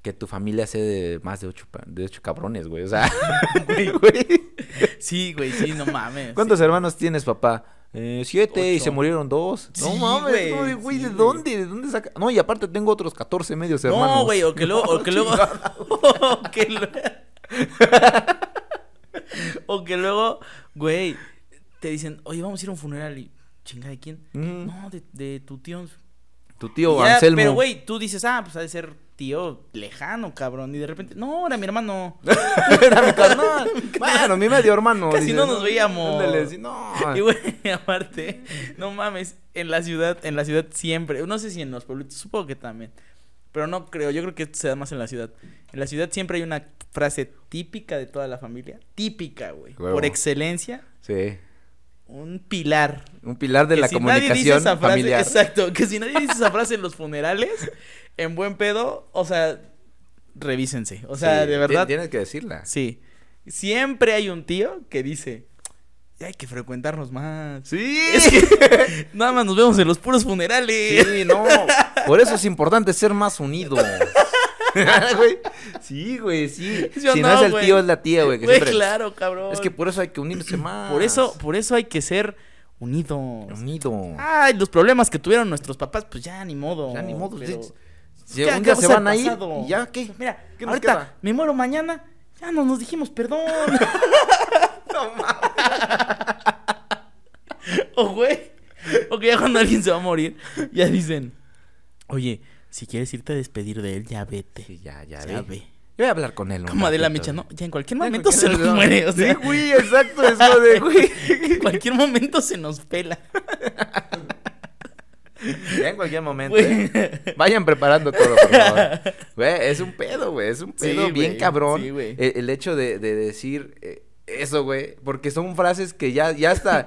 Speaker 1: que tu familia sea de más de ocho, pa- de ocho cabrones, güey. O sea, güey, güey.
Speaker 2: Sí, güey, sí, no mames.
Speaker 1: ¿Cuántos hermanos tienes, papá? Eh, siete y
Speaker 2: Ocho.
Speaker 1: se murieron dos.
Speaker 2: Sí,
Speaker 1: no mames,
Speaker 2: güey,
Speaker 1: no, güey,
Speaker 2: sí,
Speaker 1: ¿de
Speaker 2: güey.
Speaker 1: dónde? ¿De dónde saca? No, y aparte tengo otros 14 medios hermanos.
Speaker 2: No, güey, o que luego, o que luego, o que luego, o que luego, güey, te dicen, oye, vamos a ir a un funeral y, chinga, ¿de quién?
Speaker 1: Mm,
Speaker 2: No, de, de tu tío.
Speaker 1: tu tío
Speaker 2: Y ya,
Speaker 1: Anselmo.
Speaker 2: Pero, güey, tú dices, ah, pues ha de ser tío lejano, cabrón, y de repente, no, era mi hermano.
Speaker 1: Era mi carnal. Bueno, mi medio hermano.
Speaker 2: Casi
Speaker 1: dice,
Speaker 2: no nos veíamos.
Speaker 1: ándale, sí, no.
Speaker 2: Y, güey, aparte, no mames, en la ciudad, en la ciudad siempre, no sé si en los pueblitos, supongo que también, pero no creo, yo creo que se da más en la ciudad. En la ciudad siempre hay una frase típica de toda la familia, típica, güey,
Speaker 1: Huevo.
Speaker 2: por excelencia,
Speaker 1: Sí.
Speaker 2: un pilar.
Speaker 1: Un pilar de
Speaker 2: Que
Speaker 1: la
Speaker 2: si nadie dice
Speaker 1: comunicación
Speaker 2: esa frase-
Speaker 1: familiar.
Speaker 2: Exacto, que si nadie dice esa frase en los funerales, en buen pedo, o sea, revísense, o sea,
Speaker 1: Sí,
Speaker 2: de
Speaker 1: ti-
Speaker 2: verdad.
Speaker 1: Tienes que decirla.
Speaker 2: Sí. Siempre hay un tío que dice, hay que frecuentarnos más.
Speaker 1: Sí.
Speaker 2: Es que nada más nos vemos en los puros funerales.
Speaker 1: Sí, no. Por eso es importante ser más unidos. Güey, Sí, güey, sí.
Speaker 2: Sí o
Speaker 1: si no,
Speaker 2: no,
Speaker 1: es el
Speaker 2: güey.
Speaker 1: tío, es la tía, güey. que
Speaker 2: Güey,
Speaker 1: siempre-
Speaker 2: claro, cabrón.
Speaker 1: Es que por eso hay que unirse más.
Speaker 2: por eso, Ah, por eso hay que ser unidos.
Speaker 1: Unidos.
Speaker 2: Ay, los problemas que tuvieron nuestros papás, pues ya ni modo.
Speaker 1: Ya ni modo,
Speaker 2: pero-
Speaker 1: sí, Si
Speaker 2: Ya,
Speaker 1: un
Speaker 2: ¿qué
Speaker 1: día
Speaker 2: cosa
Speaker 1: se
Speaker 2: del
Speaker 1: van ahí.
Speaker 2: pasado?
Speaker 1: ¿y ¿Ya qué?
Speaker 2: Mira,
Speaker 1: ¿Qué nos
Speaker 2: ahorita
Speaker 1: queda?
Speaker 2: me muero mañana. Ya no nos dijimos perdón. O güey. O que ya cuando alguien se va a morir, ya dicen. Oye, si quieres irte a despedir de él, ya vete.
Speaker 1: Sí, ya, ya.
Speaker 2: Ya
Speaker 1: ve.
Speaker 2: ve.
Speaker 1: Yo voy a hablar con él. un
Speaker 2: Como Adela
Speaker 1: ratito.
Speaker 2: Micha, ¿no? Ya en cualquier
Speaker 1: Ya en
Speaker 2: momento se
Speaker 1: cualquier
Speaker 2: nos
Speaker 1: lado.
Speaker 2: muere, o sea.
Speaker 1: Sí, güey, exacto, es lo de, güey.
Speaker 2: En cualquier momento se nos pela.
Speaker 1: Ya en cualquier momento.
Speaker 2: güey.
Speaker 1: ¿eh? Vayan preparando todo, por favor. Güey, es un pedo, güey. Es un
Speaker 2: Sí,
Speaker 1: pedo bien
Speaker 2: güey,
Speaker 1: cabrón. eh,
Speaker 2: sí, güey.
Speaker 1: el, el hecho de, de decir eh, eso, güey. Porque son frases que ya, ya está.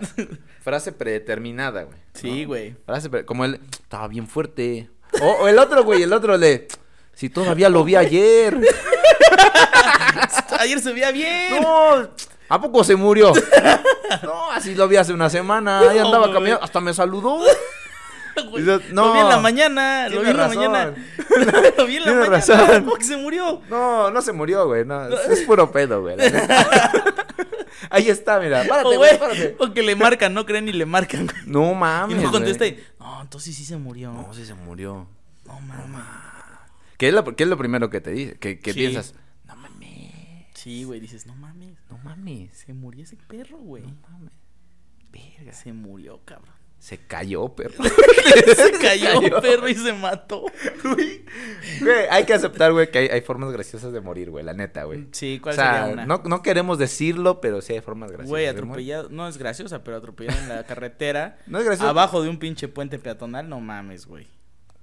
Speaker 1: frase predeterminada, güey. ¿no?
Speaker 2: Sí, güey.
Speaker 1: Frase pre- Como el. Estaba bien fuerte. O, o el otro, güey. El otro le. Si todavía lo vi ayer.
Speaker 2: Ayer se veía bien.
Speaker 1: No. ¿A poco se murió? No, así lo vi hace una semana. Ahí
Speaker 2: No,
Speaker 1: andaba
Speaker 2: güey.
Speaker 1: caminando. Hasta me saludó.
Speaker 2: güey.
Speaker 1: dices,
Speaker 2: Lo vi en la
Speaker 1: no.
Speaker 2: mañana. Lo vi en la
Speaker 1: Tienes
Speaker 2: mañana. Lo vi en la
Speaker 1: Tienes
Speaker 2: mañana.
Speaker 1: razón.
Speaker 2: ¿Cómo que se murió?
Speaker 1: No, no se murió, güey. No, es, es puro pedo, güey. la neta. Ahí está, mira. Párate,
Speaker 2: O,
Speaker 1: güey,
Speaker 2: Oh, güey,
Speaker 1: párate.
Speaker 2: o que le marcan, no creen y le marcan.
Speaker 1: No
Speaker 2: Y
Speaker 1: mames.
Speaker 2: no contesta
Speaker 1: güey.
Speaker 2: y, no, entonces sí se murió.
Speaker 1: No, sí se murió.
Speaker 2: No mames.
Speaker 1: ¿Qué es lo, qué es lo primero que te dice? Que, que
Speaker 2: Sí.
Speaker 1: piensas, no mames,
Speaker 2: Sí, güey, dices, no mames.
Speaker 1: no mames,
Speaker 2: Se murió ese perro, güey.
Speaker 1: no mames. Verga.
Speaker 2: Se murió, cabrón.
Speaker 1: Se cayó, perro.
Speaker 2: se cayó
Speaker 1: cayó.
Speaker 2: un perro y se mató.
Speaker 1: Güey, hay que aceptar, güey, que hay, hay formas graciosas de morir, güey, la neta, güey.
Speaker 2: Sí,
Speaker 1: O
Speaker 2: ¿cuál
Speaker 1: sea,
Speaker 2: sería una?
Speaker 1: no, no queremos decirlo, pero sí hay formas graciosas.
Speaker 2: Güey,
Speaker 1: de morir.
Speaker 2: atropellado. No es graciosa, pero atropellado en la carretera.
Speaker 1: No Pues es gracioso.
Speaker 2: Abajo de un pinche puente peatonal, no mames, güey.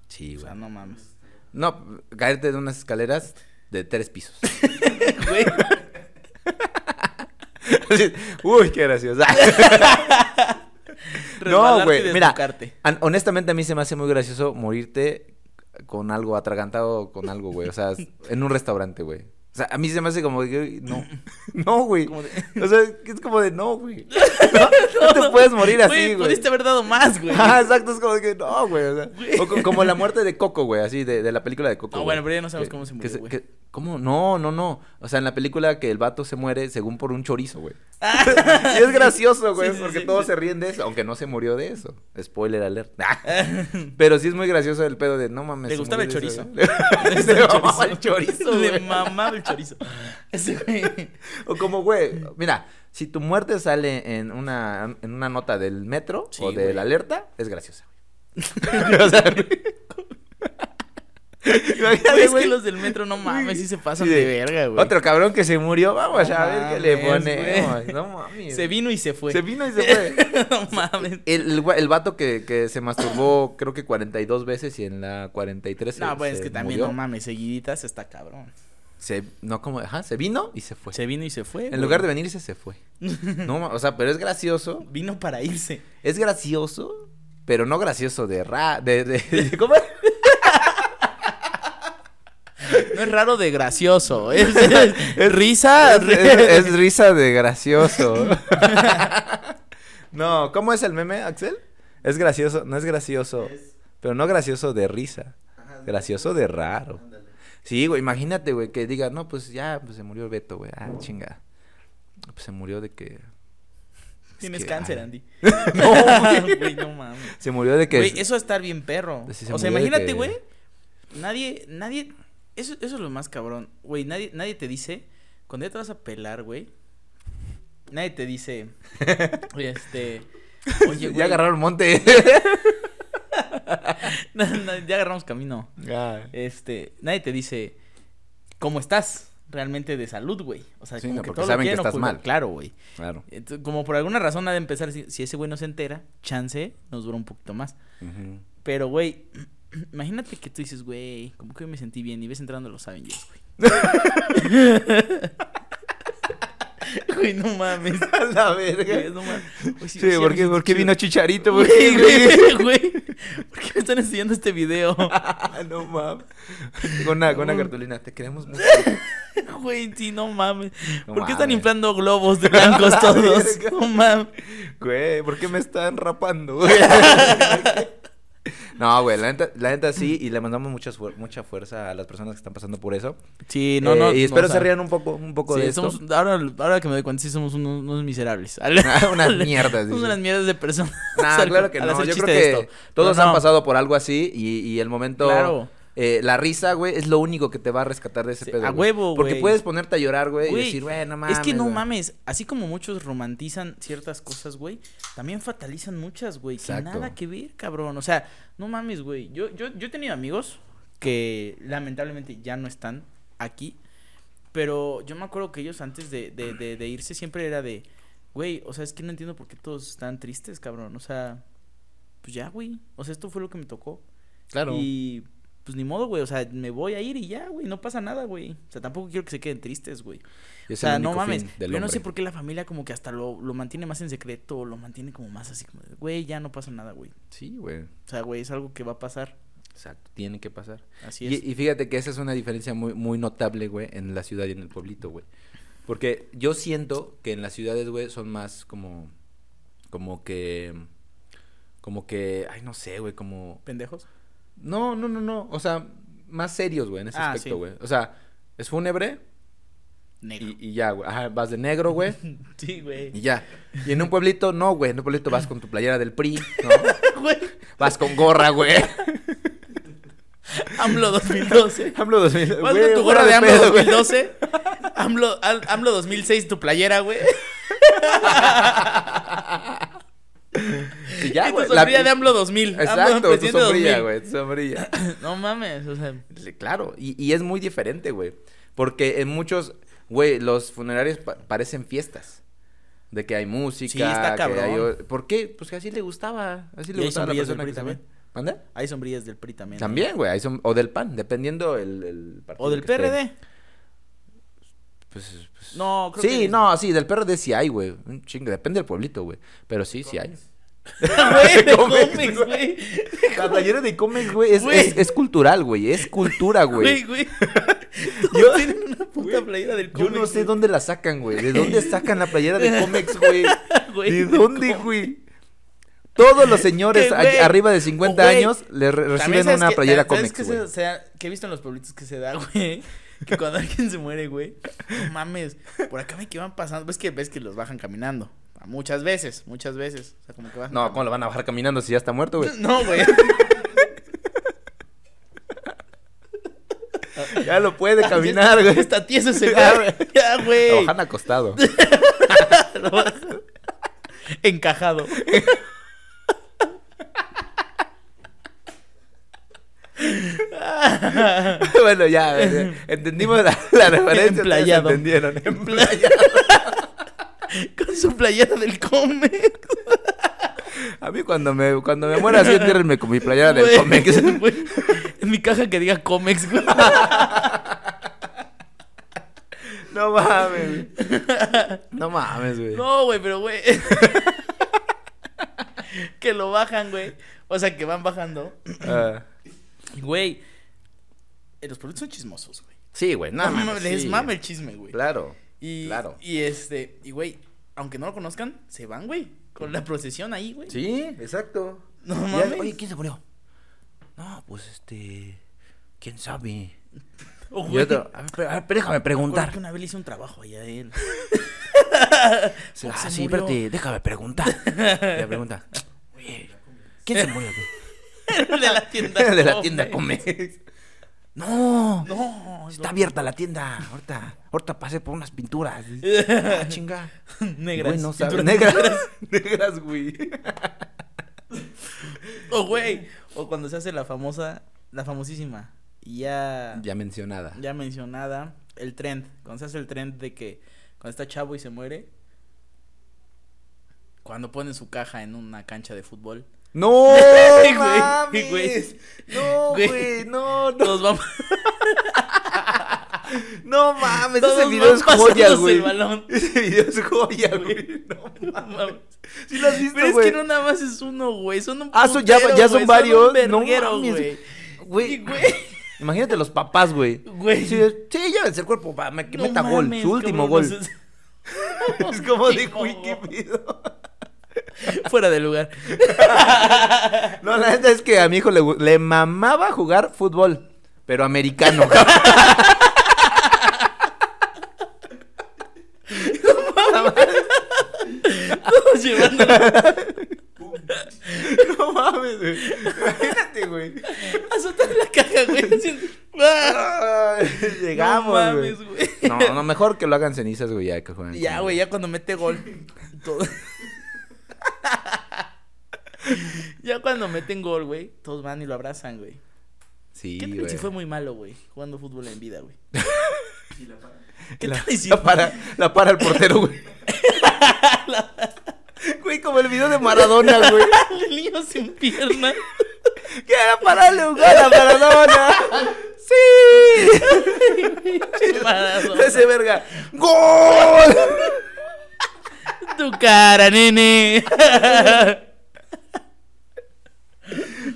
Speaker 1: Sí,
Speaker 2: O
Speaker 1: güey.
Speaker 2: sea, no mames.
Speaker 1: No, caerte de unas escaleras de tres pisos.
Speaker 2: Güey,
Speaker 1: Así, Uy, qué graciosa.
Speaker 2: resbalarte
Speaker 1: güey,
Speaker 2: y
Speaker 1: mira.
Speaker 2: desnucarte.
Speaker 1: An- Honestamente, a mí se me hace muy gracioso morirte con algo atragantado o con algo, güey. O sea, en un restaurante, güey. O sea, a mí se me hace como que, güey, no. No, güey.
Speaker 2: Como de-
Speaker 1: O sea, es como de no, güey. No, no te puedes morir así, güey.
Speaker 2: Pudiste haber dado más, güey.
Speaker 1: Ah, exacto, es como que no, güey. O, sea, o co- como la muerte de Coco, güey, así, de, de la película de Coco.
Speaker 2: No,
Speaker 1: güey.
Speaker 2: bueno, pero ya no sabemos
Speaker 1: Que-
Speaker 2: cómo se
Speaker 1: que
Speaker 2: murió, güey.
Speaker 1: que- ¿Cómo? No, no, no. O sea, en la película que el vato se muere según por un chorizo, güey.
Speaker 2: Ah,
Speaker 1: Y es gracioso, güey,
Speaker 2: Sí, sí,
Speaker 1: porque
Speaker 2: sí,
Speaker 1: todos
Speaker 2: sí.
Speaker 1: se ríen de eso, aunque no se murió de eso. Spoiler alert. Ah. Pero sí es muy gracioso el pedo de no mames.
Speaker 2: ¿Le
Speaker 1: se
Speaker 2: gustaba
Speaker 1: murió
Speaker 2: el
Speaker 1: de eso,
Speaker 2: chorizo?
Speaker 1: güey.
Speaker 2: Es
Speaker 1: Se
Speaker 2: el
Speaker 1: mamaba el chorizo,
Speaker 2: Le
Speaker 1: güey.
Speaker 2: mamaba el chorizo. Ese güey.
Speaker 1: O como, güey, mira, si tu muerte sale en una, en una nota del metro
Speaker 2: Sí,
Speaker 1: o de
Speaker 2: güey.
Speaker 1: la alerta, es graciosa, güey. O sea, güey. Imagínate,
Speaker 2: Güey, es
Speaker 1: güey.
Speaker 2: que los del metro no mames, sí se pasan
Speaker 1: Sí,
Speaker 2: de
Speaker 1: de-
Speaker 2: verga, güey.
Speaker 1: Otro cabrón que se murió, vamos
Speaker 2: No
Speaker 1: a ver qué le
Speaker 2: mames,
Speaker 1: ponemos.
Speaker 2: güey.
Speaker 1: No mames.
Speaker 2: Se vino y se fue.
Speaker 1: Se vino y se fue.
Speaker 2: no mames.
Speaker 1: El, el, gua- el vato que, que se masturbó creo que 42 veces y en la 43 se,
Speaker 2: No, pues es
Speaker 1: se
Speaker 2: que también,
Speaker 1: murió.
Speaker 2: no mames, seguiditas está cabrón.
Speaker 1: Se, no como, ajá, se vino y se fue.
Speaker 2: Se vino y se fue.
Speaker 1: Pues en lugar de venirse se fue. No, ma- o sea, pero es gracioso.
Speaker 2: Vino para irse.
Speaker 1: Es gracioso, pero no gracioso de ra de, de- de- ¿cómo es?
Speaker 2: No es raro de gracioso. Es, es- es risa.
Speaker 1: Es, es- es risa de gracioso. No, ¿cómo es el meme, Axel? Es gracioso, no es gracioso,
Speaker 3: Es-
Speaker 1: pero no gracioso de risa,
Speaker 3: ajá, ándale.
Speaker 1: gracioso de raro.
Speaker 3: Ándale.
Speaker 1: Sí, güey, imagínate, güey, que diga, no, pues ya, pues se murió Beto, güey, ah, chinga. Pues se murió de que... es
Speaker 2: Tienes
Speaker 1: que,
Speaker 2: cáncer,
Speaker 1: ay,
Speaker 2: Andy.
Speaker 1: No, güey.
Speaker 2: Güey, no mames.
Speaker 1: Se murió de que...
Speaker 2: Güey, eso va a estar bien perro.
Speaker 1: Sí, se
Speaker 2: o sea,
Speaker 1: murió de
Speaker 2: imagínate,
Speaker 1: que-
Speaker 2: güey. Nadie, nadie. Eso, eso es lo más cabrón. Güey, nadie, nadie te dice. Cuando ya te vas a pelar, güey. Nadie te dice. este. Oye, güey.
Speaker 1: ya agarraron monte.
Speaker 2: na- na- ya agarramos camino.
Speaker 1: Ah,
Speaker 2: Este. Nadie te dice. ¿Cómo estás? Realmente de salud, güey. O sea,
Speaker 1: Sí,
Speaker 2: como
Speaker 1: no,
Speaker 2: que
Speaker 1: porque
Speaker 2: todo lo
Speaker 1: saben que
Speaker 2: quieren
Speaker 1: estás
Speaker 2: ocultar.
Speaker 1: mal.
Speaker 2: Claro, güey.
Speaker 1: claro.
Speaker 2: Entonces, como por alguna razón ha de empezar. Si, si ese güey no se entera, chance nos dura un poquito más.
Speaker 1: Ujú.
Speaker 2: Pero, güey, imagínate que tú dices, güey, como que hoy me sentí bien y ves entrando los Avengers, güey. Güey, no mames.
Speaker 1: A la
Speaker 2: Güey,
Speaker 1: verga.
Speaker 2: no mames. Güey,
Speaker 1: Sí,
Speaker 2: sí,
Speaker 1: ¿por qué,
Speaker 2: me
Speaker 1: por qué
Speaker 2: siento
Speaker 1: vino Chicharito?
Speaker 2: chido.
Speaker 1: ¿Por qué, güey?
Speaker 2: Güey, güey, ¿por qué me están enseñando este video?
Speaker 1: Ah, no mames. Con una, con una cartulina, te queremos mucho.
Speaker 2: Güey, sí, no mames.
Speaker 1: No
Speaker 2: ¿Por qué están
Speaker 1: mames.
Speaker 2: inflando globos de blancos todos? No mames.
Speaker 1: Güey, ¿por qué me están rapando? güey? No, güey, la neta, la neta sí, y le mandamos mucha, fuer- mucha fuerza a las personas que están pasando por eso.
Speaker 2: Sí, no,
Speaker 1: Eh,
Speaker 2: no.
Speaker 1: Y espero
Speaker 2: no, o
Speaker 1: se
Speaker 2: sea,
Speaker 1: rían un poco, un poco
Speaker 2: sí,
Speaker 1: de esto.
Speaker 2: somos- ahora, ahora que me doy cuenta, sí somos unos, unos miserables.
Speaker 1: Unas mierdas.
Speaker 2: Somos
Speaker 1: dices.
Speaker 2: unas mierdas de personas.
Speaker 1: Nah,
Speaker 2: al-
Speaker 1: claro que
Speaker 2: al
Speaker 1: no.
Speaker 2: hacer
Speaker 1: Yo creo
Speaker 2: chiste de
Speaker 1: que
Speaker 2: esto.
Speaker 1: todos
Speaker 2: Pero
Speaker 1: han
Speaker 2: no,
Speaker 1: pasado por algo así y, y el momento...
Speaker 2: Claro.
Speaker 1: eh, la risa, güey, es lo único que te va a rescatar de ese
Speaker 2: Sí,
Speaker 1: pedo.
Speaker 2: a
Speaker 1: güey.
Speaker 2: huevo,
Speaker 1: Porque
Speaker 2: güey.
Speaker 1: puedes ponerte a llorar, güey, y
Speaker 2: Güey,
Speaker 1: decir, güey, no mames.
Speaker 2: es que no
Speaker 1: güey".
Speaker 2: mames, así como muchos romantizan ciertas cosas, güey, también fatalizan muchas, güey, que
Speaker 1: Exacto.
Speaker 2: nada que ver, cabrón. O sea, no mames, güey. Yo, yo, yo he tenido amigos que lamentablemente ya no están aquí, Pero yo me acuerdo que ellos antes de, de, de, de irse siempre era de, güey, o sea, es que no entiendo por qué todos están tristes, cabrón. O sea, pues ya, güey. O sea, esto fue lo que me tocó.
Speaker 1: Claro.
Speaker 2: Y pues ni modo, güey. O sea, me voy a ir y ya, güey. No pasa nada, güey. O sea, tampoco quiero que se queden tristes, güey. O
Speaker 1: Es
Speaker 2: sea,
Speaker 1: el
Speaker 2: no
Speaker 1: único
Speaker 2: mames.
Speaker 1: fin
Speaker 2: Yo
Speaker 1: del
Speaker 2: no sé
Speaker 1: hombre.
Speaker 2: por qué la familia como que hasta lo, lo mantiene más en secreto, o lo mantiene como más así como, de, güey, ya no pasa nada, güey.
Speaker 1: Sí, güey.
Speaker 2: O sea, güey, es algo que va a pasar.
Speaker 1: Exacto. Tiene que pasar.
Speaker 2: Así es.
Speaker 1: Y, y fíjate que esa es una diferencia muy, muy notable, güey, en la ciudad y en el pueblito, güey. Porque yo siento que en las ciudades, güey, son más como. Como que. Como que. Ay, no sé, güey, como.
Speaker 2: ¿Pendejos?
Speaker 1: No, no, no, no. O sea, más serios, güey, en ese
Speaker 2: Ah,
Speaker 1: aspecto,
Speaker 2: sí.
Speaker 1: güey. O sea, es fúnebre
Speaker 2: Negro.
Speaker 1: y, y ya, güey. Ajá, vas de negro, güey,
Speaker 2: Sí, güey.
Speaker 1: y ya. Y en un pueblito, no, güey. En un pueblito vas con tu playera del PRI, ¿no?
Speaker 2: Güey,
Speaker 1: Vas con gorra, güey.
Speaker 2: AMLO 2012.
Speaker 1: AMLO 2000,
Speaker 2: Vas
Speaker 1: güey,
Speaker 2: con tu
Speaker 1: fuera
Speaker 2: gorra de AMLO
Speaker 1: pedo, güey.
Speaker 2: 2012. AMLO, al- AMLO 2006, tu playera, güey. Ya,
Speaker 1: Y ya, güey.
Speaker 2: tu
Speaker 1: la-
Speaker 2: sombrilla de AMLO 2000. AMLO,
Speaker 1: Exacto, tu
Speaker 2: presidente
Speaker 1: sombrilla,
Speaker 2: 2000.
Speaker 1: güey, tu sombrilla.
Speaker 2: No mames, o sea.
Speaker 1: Le- Claro, y, y es muy diferente, güey. Porque en muchos, güey, los funerarios pa- parecen fiestas. De que hay música.
Speaker 2: Sí, está
Speaker 1: que hay
Speaker 2: cabrón.
Speaker 1: o- ¿Por qué? Pues que así le gustaba. Así
Speaker 2: Y
Speaker 1: le
Speaker 2: hay
Speaker 1: gustaba a la
Speaker 2: sombrillas del
Speaker 1: persona que
Speaker 2: PRI
Speaker 1: también. ¿Manda?
Speaker 2: Hay sombrillas del PRI también. ¿no?
Speaker 1: También, güey. hay som- O del PAN, dependiendo el, el partido.
Speaker 2: O del
Speaker 1: que esté.
Speaker 2: PRD.
Speaker 1: Pues, pues-
Speaker 2: No, creo que.
Speaker 1: sí, no, sí, del PRD sí hay, güey. Un chingo, depende del pueblito, güey. Pero sí, sí hay.
Speaker 2: Güey, de
Speaker 1: Comex,
Speaker 2: Comex, güey.
Speaker 1: La playera de cómics, güey, es,
Speaker 2: Güey.
Speaker 1: es- es cultural, güey. Es cultura,
Speaker 2: Güey,
Speaker 1: güey.
Speaker 2: güey.
Speaker 1: Yo-
Speaker 2: Todos tienen una puta playera del
Speaker 1: Yo
Speaker 2: Comex.
Speaker 1: no sé
Speaker 2: güey.
Speaker 1: dónde la sacan, güey. ¿De dónde sacan la playera de cómics, güey?
Speaker 2: Güey,
Speaker 1: ¿De
Speaker 2: del
Speaker 1: dónde, güey? Todos los señores
Speaker 2: Que,
Speaker 1: a-
Speaker 2: güey,
Speaker 1: arriba de 50
Speaker 2: güey,
Speaker 1: años le re-
Speaker 2: También
Speaker 1: reciben
Speaker 2: sabes
Speaker 1: una
Speaker 2: que-
Speaker 1: playera
Speaker 2: ¿sabes
Speaker 1: cómics,
Speaker 2: que,
Speaker 1: güey.
Speaker 2: se- se da- que he visto en los pueblitos que se da, güey. Que cuando alguien se muere, güey. No mames. Por acá me que van pasando. Ves que ves que los bajan caminando. A Muchas veces, muchas veces. O sea, como que bajan.
Speaker 1: No, ¿cómo lo van a bajar caminando si ya está muerto, güey?
Speaker 2: caminando. No, güey.
Speaker 1: Ya lo puede caminar, güey.
Speaker 2: Está tieso ese güey. Ya,
Speaker 1: Lo
Speaker 2: güey.
Speaker 1: bajan acostado.
Speaker 2: Lo bajan. Encajado.
Speaker 1: bueno, ya, eh, entendimos la, la referencia.
Speaker 2: Emplayado.
Speaker 1: ustedes Entendieron.
Speaker 2: Con su playera del Comex.
Speaker 1: A mí cuando me, cuando me muera así, entiérrenme con mi playera del
Speaker 2: Güey,
Speaker 1: cómics.
Speaker 2: güey. En mi caja que diga Comex, güey.
Speaker 1: No mames. güey. No mames, güey.
Speaker 2: No, güey, pero güey. que lo bajan, güey. O sea, que van bajando.
Speaker 1: Ah,
Speaker 2: Y, Güey. eh, Los productos son chismosos, güey.
Speaker 1: sí, güey, no,
Speaker 2: No,
Speaker 1: mames.
Speaker 2: mames, les
Speaker 1: sí.
Speaker 2: mama el chisme, güey.
Speaker 1: Claro.
Speaker 2: Y,
Speaker 1: claro.
Speaker 2: Y este, y güey, aunque no lo conozcan, se van, güey. Con la procesión ahí, güey.
Speaker 1: Sí, exacto.
Speaker 2: No
Speaker 1: Ya,
Speaker 2: mames.
Speaker 1: Oye, ¿quién se murió? No, pues este. ¿Quién sabe?
Speaker 2: O,
Speaker 1: Y
Speaker 2: Oh, güey,
Speaker 1: otro, a ver, pero- a ver, pero déjame
Speaker 2: recuerdo
Speaker 1: preguntar.
Speaker 2: que una vez le hice un trabajo allá a él.
Speaker 1: Sí,
Speaker 2: ¿Por qué
Speaker 1: ah,
Speaker 2: se
Speaker 1: sí,
Speaker 2: murió?
Speaker 1: espérate, déjame preguntar. Y Le pregunta. Oye, ¿quién se murió?
Speaker 2: de la tienda.
Speaker 1: de la
Speaker 2: Comex.
Speaker 1: tienda Comex. No,
Speaker 2: Oh, No,
Speaker 1: está abierta la tienda. Ahorita, ahorita pasé por unas pinturas. Ah, chinga.
Speaker 2: Negras.
Speaker 1: Güey, no sabe.
Speaker 2: Pinturas
Speaker 1: Negras, negras, güey.
Speaker 2: O güey, o cuando se hace la famosa, la famosísima, ya, ya,
Speaker 1: Ya mencionada.
Speaker 2: mencionada, el trend, cuando se hace el trend de que cuando está chavo y se muere, cuando ponen su caja en una cancha de fútbol,
Speaker 1: No,
Speaker 2: Güey,
Speaker 1: mames.
Speaker 2: güey.
Speaker 1: No,
Speaker 2: Güey.
Speaker 1: güey, no, no.
Speaker 2: todos vamos,
Speaker 1: No mames,
Speaker 2: todos
Speaker 1: Pues ese video
Speaker 2: van
Speaker 1: es joya,
Speaker 2: pasándose
Speaker 1: güey.
Speaker 2: el balón.
Speaker 1: Ese video es joya, güey. No
Speaker 2: No
Speaker 1: mames.
Speaker 2: mames.
Speaker 1: Sí lo has visto,
Speaker 2: Pero es
Speaker 1: güey.
Speaker 2: que no nada más es uno, güey, son un
Speaker 1: Ah, son- ya-
Speaker 2: putero,
Speaker 1: ya son
Speaker 2: güey,
Speaker 1: varios,
Speaker 2: un
Speaker 1: no
Speaker 2: verguero,
Speaker 1: mames.
Speaker 2: güey.
Speaker 1: Güey,
Speaker 2: Y, güey,
Speaker 1: imagínate los papás, güey.
Speaker 2: Güey.
Speaker 1: Sí, es- sí, llévense el cuerpo para que
Speaker 2: no
Speaker 1: meta gol,
Speaker 2: mames,
Speaker 1: su último
Speaker 2: cabrón,
Speaker 1: gol.
Speaker 2: no seas-
Speaker 1: Es como de
Speaker 2: Último
Speaker 1: güey, qué
Speaker 2: gol.
Speaker 1: pedo.
Speaker 2: Fuera de lugar.
Speaker 1: No, la neta es que a mi hijo le, gu- le mamaba jugar fútbol, pero americano, cabrón.
Speaker 2: Todos llevando
Speaker 1: No mames, güey. Imagínate, güey.
Speaker 2: Azotar la caja, güey. haciendo- ¡Ah!
Speaker 1: Ay,
Speaker 2: No
Speaker 1: Llegamos, güey.
Speaker 2: mames, güey.
Speaker 1: No, no, mejor que lo hagan cenizas, güey, ya que jueguen.
Speaker 2: Ya,
Speaker 1: con-
Speaker 2: güey, ya cuando mete gol. todo- ya cuando meten gol, güey, todos van y lo abrazan, güey.
Speaker 1: Sí,
Speaker 2: ¿Qué tal
Speaker 1: güey.
Speaker 2: si fue muy malo, güey? Jugando fútbol en vida, güey.
Speaker 3: Y la para.
Speaker 2: ¿Qué
Speaker 1: la,
Speaker 2: tal hicieron?
Speaker 1: La para, la para el portero, güey. Güey, como el video de Maradona, güey.
Speaker 2: El niño sin pierna.
Speaker 1: Que era para el lugar a Maradona. ¡Sí!
Speaker 2: Maradona.
Speaker 1: Ese verga. ¡Gol!
Speaker 2: Tu cara, nene.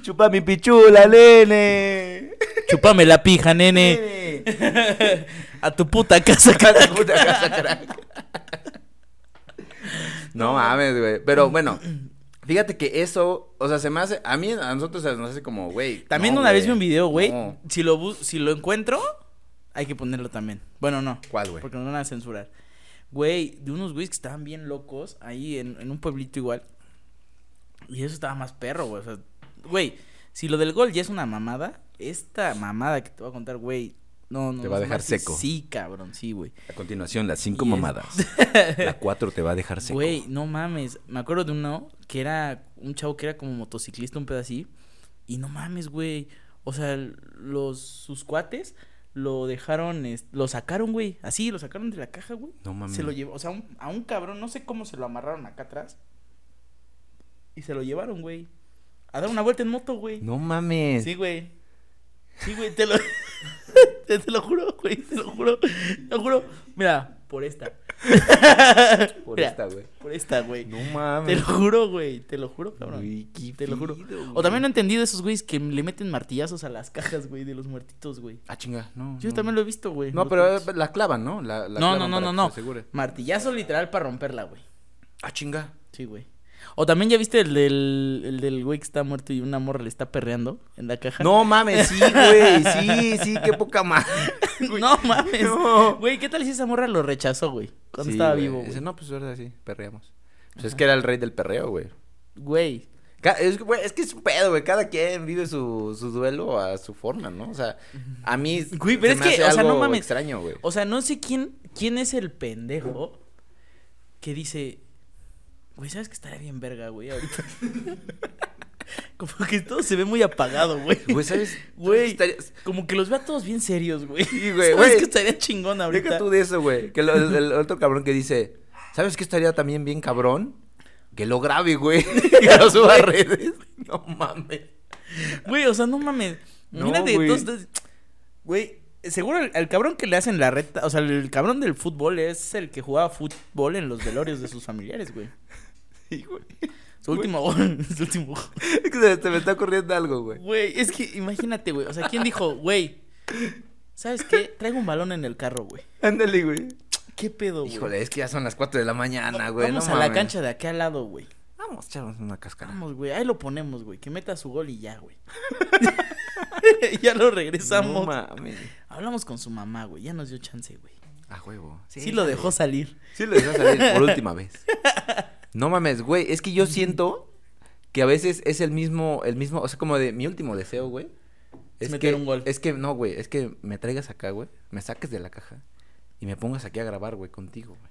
Speaker 1: Chupa mi pichula, nene.
Speaker 2: Chúpame la pija, nene.
Speaker 1: Nene.
Speaker 2: A tu puta casa, cara.
Speaker 1: Cada puta casa, crack. No mames, güey.
Speaker 2: Mm.
Speaker 1: Pero bueno, fíjate que eso, o sea, se me hace. A mí, a nosotros se nos hace como, güey.
Speaker 2: También
Speaker 1: no,
Speaker 2: una vez
Speaker 1: güey,
Speaker 2: vi un video, güey.
Speaker 1: no.
Speaker 2: Si lo bus- si lo encuentro, hay que ponerlo también. Bueno, no.
Speaker 1: ¿Cuál, güey?
Speaker 2: Porque nos van a censurar. Güey, de unos güeyes que estaban bien locos ahí en, en un pueblito igual. Y eso estaba más perro, güey. O sea, güey, si lo del gol ya es una mamada, esta mamada que te voy a contar, güey, no, no.
Speaker 1: Te va a
Speaker 2: no,
Speaker 1: dejar
Speaker 2: más que
Speaker 1: seco.
Speaker 2: Sí, cabrón, sí, güey.
Speaker 1: A continuación, las cinco
Speaker 2: Y es-
Speaker 1: mamadas. La cuatro te va a dejar seco.
Speaker 2: Güey, no mames. Me acuerdo de uno que era un chavo que era como motociclista, un pedacito. Y no mames, güey. O sea, l- los sus cuates lo dejaron, es- lo sacaron, güey. Así, lo sacaron de la caja, güey.
Speaker 1: No mames.
Speaker 2: Se lo llevó, o sea, un- a un cabrón, no sé cómo se lo amarraron acá atrás. Y se lo llevaron, güey. A dar una vuelta en moto, güey.
Speaker 1: No mames.
Speaker 2: Sí, güey. Sí, güey, te lo... te, te lo juro, güey, te lo juro. Te lo juro. Mira, por esta.
Speaker 1: Por
Speaker 2: Mira,
Speaker 1: esta, güey.
Speaker 2: Por esta, güey.
Speaker 1: No
Speaker 2: Te lo
Speaker 1: mames.
Speaker 2: juro, güey. Te lo juro, cabrón.
Speaker 1: Güey, qué
Speaker 2: Te lo juro.
Speaker 1: pedo,
Speaker 2: O
Speaker 1: güey.
Speaker 2: también no he entendido esos güeyes que le meten martillazos a las cajas, güey, de los muertitos, güey.
Speaker 1: Ah, chinga, no.
Speaker 2: Yo
Speaker 1: no.
Speaker 2: también lo he visto, güey.
Speaker 1: No, pero eh, la clavan, ¿no? La, la
Speaker 2: No,
Speaker 1: clavan
Speaker 2: no, no,
Speaker 1: para
Speaker 2: no,
Speaker 1: que
Speaker 2: no.
Speaker 1: se asegure.
Speaker 2: Martillazo literal para romperla, güey.
Speaker 1: Ah, chinga.
Speaker 2: Sí, güey. O también ya viste el del, el del güey que está muerto y una morra le está perreando en la caja.
Speaker 1: No mames, sí, güey. Sí, sí, qué poca madre.
Speaker 2: no mames.
Speaker 1: No.
Speaker 2: Güey, ¿qué tal si esa morra lo rechazó, güey? Cuando
Speaker 1: Sí,
Speaker 2: estaba
Speaker 1: güey.
Speaker 2: vivo,
Speaker 1: Dice,
Speaker 2: güey.
Speaker 1: no, pues verdad, sí, perreamos. Pues es que era el rey del perreo, güey.
Speaker 2: Güey.
Speaker 1: Ca- Es, que, güey, es que es un pedo, güey. Cada quien vive su, su duelo a su forma, ¿no? O sea, a mí.
Speaker 2: Güey, pero
Speaker 1: se
Speaker 2: es
Speaker 1: me
Speaker 2: que,
Speaker 1: hace
Speaker 2: o sea, no
Speaker 1: algo
Speaker 2: mames.
Speaker 1: extraño, güey.
Speaker 2: O sea, no sé quién, quién es el pendejo que dice, güey, ¿sabes que estaría bien verga, güey, ahorita? Como que todo se ve muy apagado, güey.
Speaker 1: Güey, ¿sabes?
Speaker 2: Güey.
Speaker 1: Estaría-
Speaker 2: Como que los ve a todos bien serios, güey.
Speaker 1: Sí, güey,
Speaker 2: ¿Sabes
Speaker 1: güey.
Speaker 2: que estaría chingón
Speaker 1: Deja
Speaker 2: ahorita?
Speaker 1: tú de eso, güey. Que lo- el, el otro cabrón que dice, ¿sabes qué estaría también bien cabrón? Que lo grabe, güey. que lo suba a redes. No mames.
Speaker 2: Güey, o sea, no mames.
Speaker 1: No,
Speaker 2: Mírate,
Speaker 1: güey.
Speaker 2: entonces, güey, seguro el, el cabrón que le hacen la reta, o sea, el cabrón del fútbol es el que jugaba fútbol en los velorios de sus familiares, güey.
Speaker 1: Sí, güey.
Speaker 2: Su último gol, su último gol.
Speaker 1: Es que se, se me está ocurriendo algo, güey.
Speaker 2: Güey, es que imagínate, güey. O sea, ¿quién dijo, güey? ¿Sabes qué? Traigo un balón en el carro, güey.
Speaker 1: Ándale, güey.
Speaker 2: ¿Qué pedo, güey?
Speaker 1: Híjole, es que ya son las 4 de la mañana, güey.
Speaker 2: Vamos
Speaker 1: no
Speaker 2: a la
Speaker 1: mames.
Speaker 2: cancha de aquí al lado, güey.
Speaker 1: Vamos a echarnos una cascada.
Speaker 2: Vamos, güey. Ahí lo ponemos, güey. Que meta su gol y ya, güey. ya lo
Speaker 1: No
Speaker 2: regresamos.
Speaker 1: mames.
Speaker 2: Hablamos con su mamá, güey. Ya nos dio chance, güey.
Speaker 1: A huevo.
Speaker 2: Sí, lo dejó salir.
Speaker 1: Sí lo dejó salir por última vez. No mames, güey. Es que yo siento que a veces es el mismo, el mismo, o sea, como de mi último deseo, güey.
Speaker 2: Es meter
Speaker 1: que,
Speaker 2: un gol.
Speaker 1: Es que, no, güey, es que me traigas acá, güey. Me saques de la caja y me pongas aquí a grabar, güey, contigo, güey.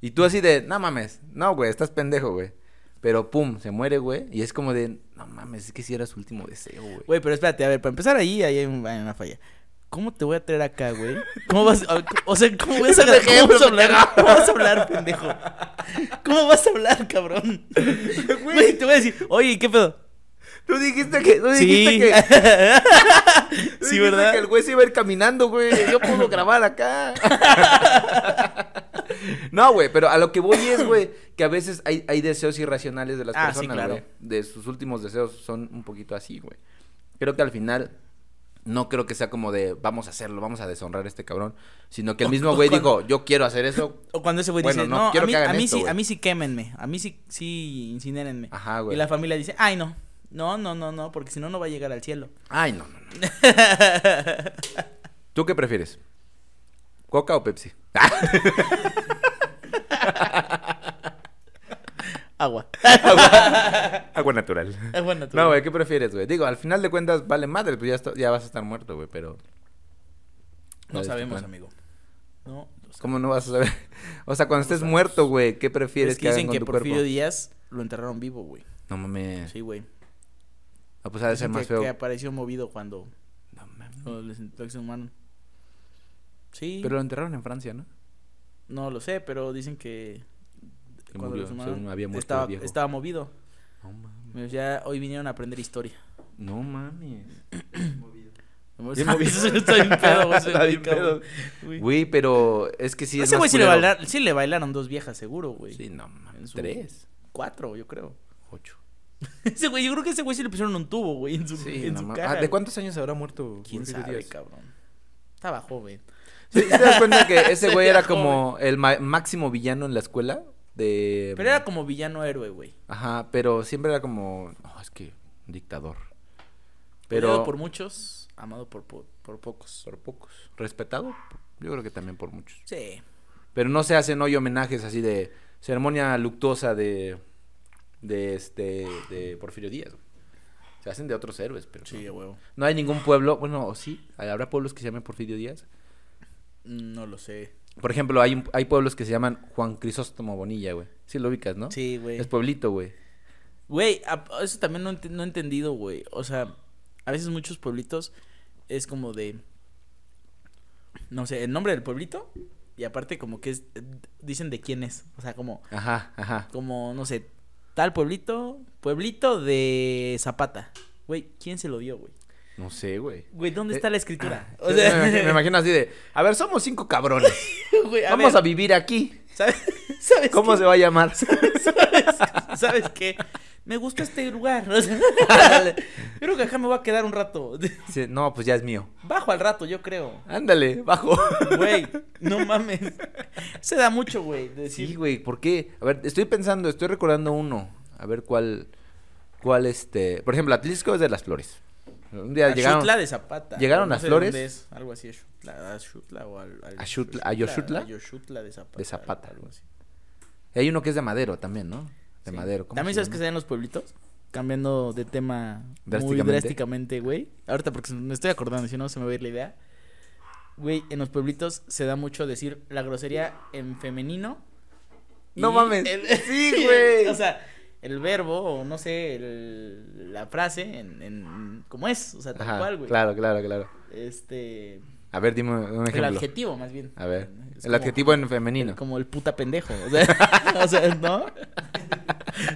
Speaker 1: Y tú así de, no mames, no, güey, estás pendejo, güey. Pero pum, se muere, güey. Y es como de, no mames, es que si era su último deseo, güey.
Speaker 2: Güey, pero espérate, a ver, para empezar ahí, ahí hay, un- hay una falla. ¿Cómo te voy a traer acá, güey? ¿Cómo vas a, o sea, cómo vas a,
Speaker 1: Es un
Speaker 2: cómo vas a
Speaker 1: ejemplo,
Speaker 2: hablar? ¿Cómo vas a hablar, pendejo? ¿Cómo vas a hablar, cabrón? Güey, te voy a decir, "Oye, ¿qué pedo?"
Speaker 1: Tú dijiste que, tú dijiste
Speaker 2: Sí.
Speaker 1: que. tú
Speaker 2: sí,
Speaker 1: dijiste
Speaker 2: ¿verdad?
Speaker 1: Que el güey se iba a ir caminando, güey. Yo puedo grabar acá. no, güey, pero a lo que voy es, güey, que a veces hay, hay deseos irracionales de las
Speaker 2: Ah, sí,
Speaker 1: personas,
Speaker 2: claro.
Speaker 1: güey. De sus últimos deseos son un poquito así, güey. Creo que al final. No creo que sea como de vamos a hacerlo, vamos a deshonrar a este cabrón. Sino que el
Speaker 2: O-
Speaker 1: mismo
Speaker 2: o
Speaker 1: güey
Speaker 2: cuando-
Speaker 1: dijo, yo quiero hacer eso.
Speaker 2: O cuando ese güey
Speaker 1: Bueno,
Speaker 2: dice,
Speaker 1: no,
Speaker 2: "No, a
Speaker 1: quiero
Speaker 2: mí
Speaker 1: que hagan
Speaker 2: a mí
Speaker 1: esto,
Speaker 2: sí,
Speaker 1: güey.
Speaker 2: a mí sí quémenme, a mí sí sí incinérenme."
Speaker 1: Ajá, güey.
Speaker 2: Y la familia dice, "Ay, no. No, no, no, no, porque si no no va a llegar al cielo."
Speaker 1: Ay, no, no, no. ¿Tú qué prefieres? ¿Coca o Pepsi?
Speaker 2: Agua.
Speaker 1: Agua natural.
Speaker 2: Agua natural.
Speaker 1: No, güey, ¿qué prefieres, güey? Digo, al final de cuentas, vale madre, pues ya, está- ya vas a estar muerto, güey, pero...
Speaker 2: No
Speaker 1: ¿Cuál es tu
Speaker 2: sabemos,
Speaker 1: plan?
Speaker 2: amigo. No, lo
Speaker 1: ¿Cómo no vas a saber? O sea, cuando estés muerto, güey, ¿qué prefieres
Speaker 2: Es que dicen
Speaker 1: hagan con
Speaker 2: que
Speaker 1: tu
Speaker 2: Porfirio
Speaker 1: cuerpo?
Speaker 2: Díaz lo enterraron vivo, güey.
Speaker 1: No mames.
Speaker 2: Sí, güey.
Speaker 1: Ah, pues ha de ser
Speaker 2: Dicen
Speaker 1: más
Speaker 2: que,
Speaker 1: feo.
Speaker 2: que apareció movido cuando
Speaker 1: No mames.
Speaker 2: cuando les- lo exhumaron. Sí.
Speaker 1: Pero lo enterraron en Francia, ¿no?
Speaker 2: No lo sé, pero dicen que.
Speaker 1: Que
Speaker 2: cuando
Speaker 1: murió,
Speaker 2: lo exhumaron,
Speaker 1: según había muerto de
Speaker 2: estaba,
Speaker 1: viejo.
Speaker 2: estaba movido.
Speaker 1: No mames.
Speaker 2: Pues Ya hoy vinieron a aprender historia.
Speaker 1: No mames.
Speaker 3: movido.
Speaker 1: Bien
Speaker 2: Está-
Speaker 1: movido.
Speaker 2: Pues, está bien pedo, güey,
Speaker 1: Está bien
Speaker 2: cabrón. Güey.
Speaker 1: Güey, pero es que sí
Speaker 2: A
Speaker 1: es
Speaker 2: ese
Speaker 1: más
Speaker 2: güey sí le,
Speaker 1: culero.
Speaker 2: bailar- sí le bailaron dos viejas, seguro, güey.
Speaker 1: Sí, no
Speaker 2: En
Speaker 1: mames.
Speaker 2: su-
Speaker 1: Tres.
Speaker 2: Cuatro, yo creo.
Speaker 1: Ocho.
Speaker 2: Ese güey, yo creo que ese güey sí le pusieron un tubo, güey, en su,
Speaker 1: Sí,
Speaker 2: en
Speaker 1: no
Speaker 2: su
Speaker 1: mames.
Speaker 2: cara.
Speaker 1: Ah, ¿De
Speaker 2: güey.
Speaker 1: cuántos años habrá muerto?
Speaker 2: ¿Quién
Speaker 1: Porfirio
Speaker 2: sabe,
Speaker 1: Díaz?
Speaker 2: cabrón? Estaba joven.
Speaker 1: Sí, ¿Te das cuenta que ese güey era
Speaker 2: Sería
Speaker 1: como el ma- máximo villano en la escuela? De...
Speaker 2: Pero era como villano héroe, güey.
Speaker 1: Ajá, pero siempre era como... "No, es que un dictador.
Speaker 2: Odiado
Speaker 1: Pero...
Speaker 2: por muchos, amado por, po- por pocos.
Speaker 1: por pocos. Respetado, yo creo que también por muchos.
Speaker 2: Sí.
Speaker 1: Pero no se hacen hoy homenajes así de ceremonia luctuosa de de este de Porfirio Díaz. güey. Se hacen de otros héroes, pero
Speaker 2: Sí,
Speaker 1: no.
Speaker 2: huevo.
Speaker 1: No hay ningún pueblo, bueno, o sí, habrá pueblos que se llamen Porfirio Díaz.
Speaker 2: No lo sé.
Speaker 1: Por ejemplo, hay un- hay pueblos que se llaman Juan Crisóstomo Bonilla, güey. Sí lo ubicas, ¿no?
Speaker 2: Sí, güey.
Speaker 1: Es pueblito, güey.
Speaker 2: Güey, a- eso también no, ent- no he entendido, güey. O sea, a veces muchos pueblitos es como de. No sé, el nombre del pueblito. Y aparte, como que es. eh, Dicen de quién es. O sea, como.
Speaker 1: Ajá, ajá.
Speaker 2: Como, no sé, tal pueblito. Pueblito de Zapata. Güey, ¿quién se lo dio, güey?
Speaker 1: No sé, güey.
Speaker 2: Güey, ¿dónde
Speaker 1: Eh,
Speaker 2: está la escritura? O
Speaker 1: Yo
Speaker 2: sea,
Speaker 1: me, imagino, me imagino así de, a ver, somos cinco cabrones.
Speaker 2: güey,
Speaker 1: Vamos
Speaker 2: ver,
Speaker 1: a vivir aquí.
Speaker 2: ¿Sabes? ¿Sabes
Speaker 1: ¿Cómo
Speaker 2: qué?
Speaker 1: se va a llamar?
Speaker 2: ¿Sabes, ¿Sabes qué? Me gusta este lugar. o sea, yo creo que acá me voy a quedar un rato.
Speaker 1: Sí, no, pues ya es mío.
Speaker 2: Bajo al rato, yo creo.
Speaker 1: Ándale, bajo.
Speaker 2: Güey, no mames. Se da mucho, güey. de decir,
Speaker 1: Sí, güey, ¿por qué? A ver, estoy pensando, estoy recordando uno. A ver cuál, cuál este... Por ejemplo, Atlisco es de las flores. Un día llegaron...
Speaker 2: Axutla de Zapata.
Speaker 1: llegaron
Speaker 2: No
Speaker 1: a
Speaker 2: sé
Speaker 1: Flores.
Speaker 2: dónde es, algo así, Axutla, Axutla o al, al-
Speaker 1: Axutla- a
Speaker 2: Axutla,
Speaker 1: Yoshutla.
Speaker 2: a Yoshutla de Zapata.
Speaker 1: De Zapata.
Speaker 2: algo así.
Speaker 1: Hay uno que es de madero también, ¿no? De
Speaker 2: Sí.
Speaker 1: madero. ¿cómo
Speaker 2: También
Speaker 1: se
Speaker 2: sabes que se
Speaker 1: llama?
Speaker 2: da en los pueblitos. Cambiando de tema muy
Speaker 1: Drásticamente.
Speaker 2: drásticamente, güey. Ahorita porque me estoy acordando, si no se me va a ir la idea. Güey, en los pueblitos se da mucho decir la grosería en femenino.
Speaker 1: No
Speaker 2: y
Speaker 1: mames.
Speaker 2: el-
Speaker 1: Sí, güey.
Speaker 2: o sea, el verbo, o no sé, el- la frase, en, en- como es, o sea, tal
Speaker 1: Ajá,
Speaker 2: cual, güey.
Speaker 1: Claro, claro, claro.
Speaker 2: Este.
Speaker 1: A ver, dime un
Speaker 2: El
Speaker 1: ejemplo.
Speaker 2: adjetivo, más bien.
Speaker 1: A ver,
Speaker 2: Es
Speaker 1: el
Speaker 2: como-
Speaker 1: adjetivo en femenino.
Speaker 2: como el puta pendejo. O sea, o sea, ¿no?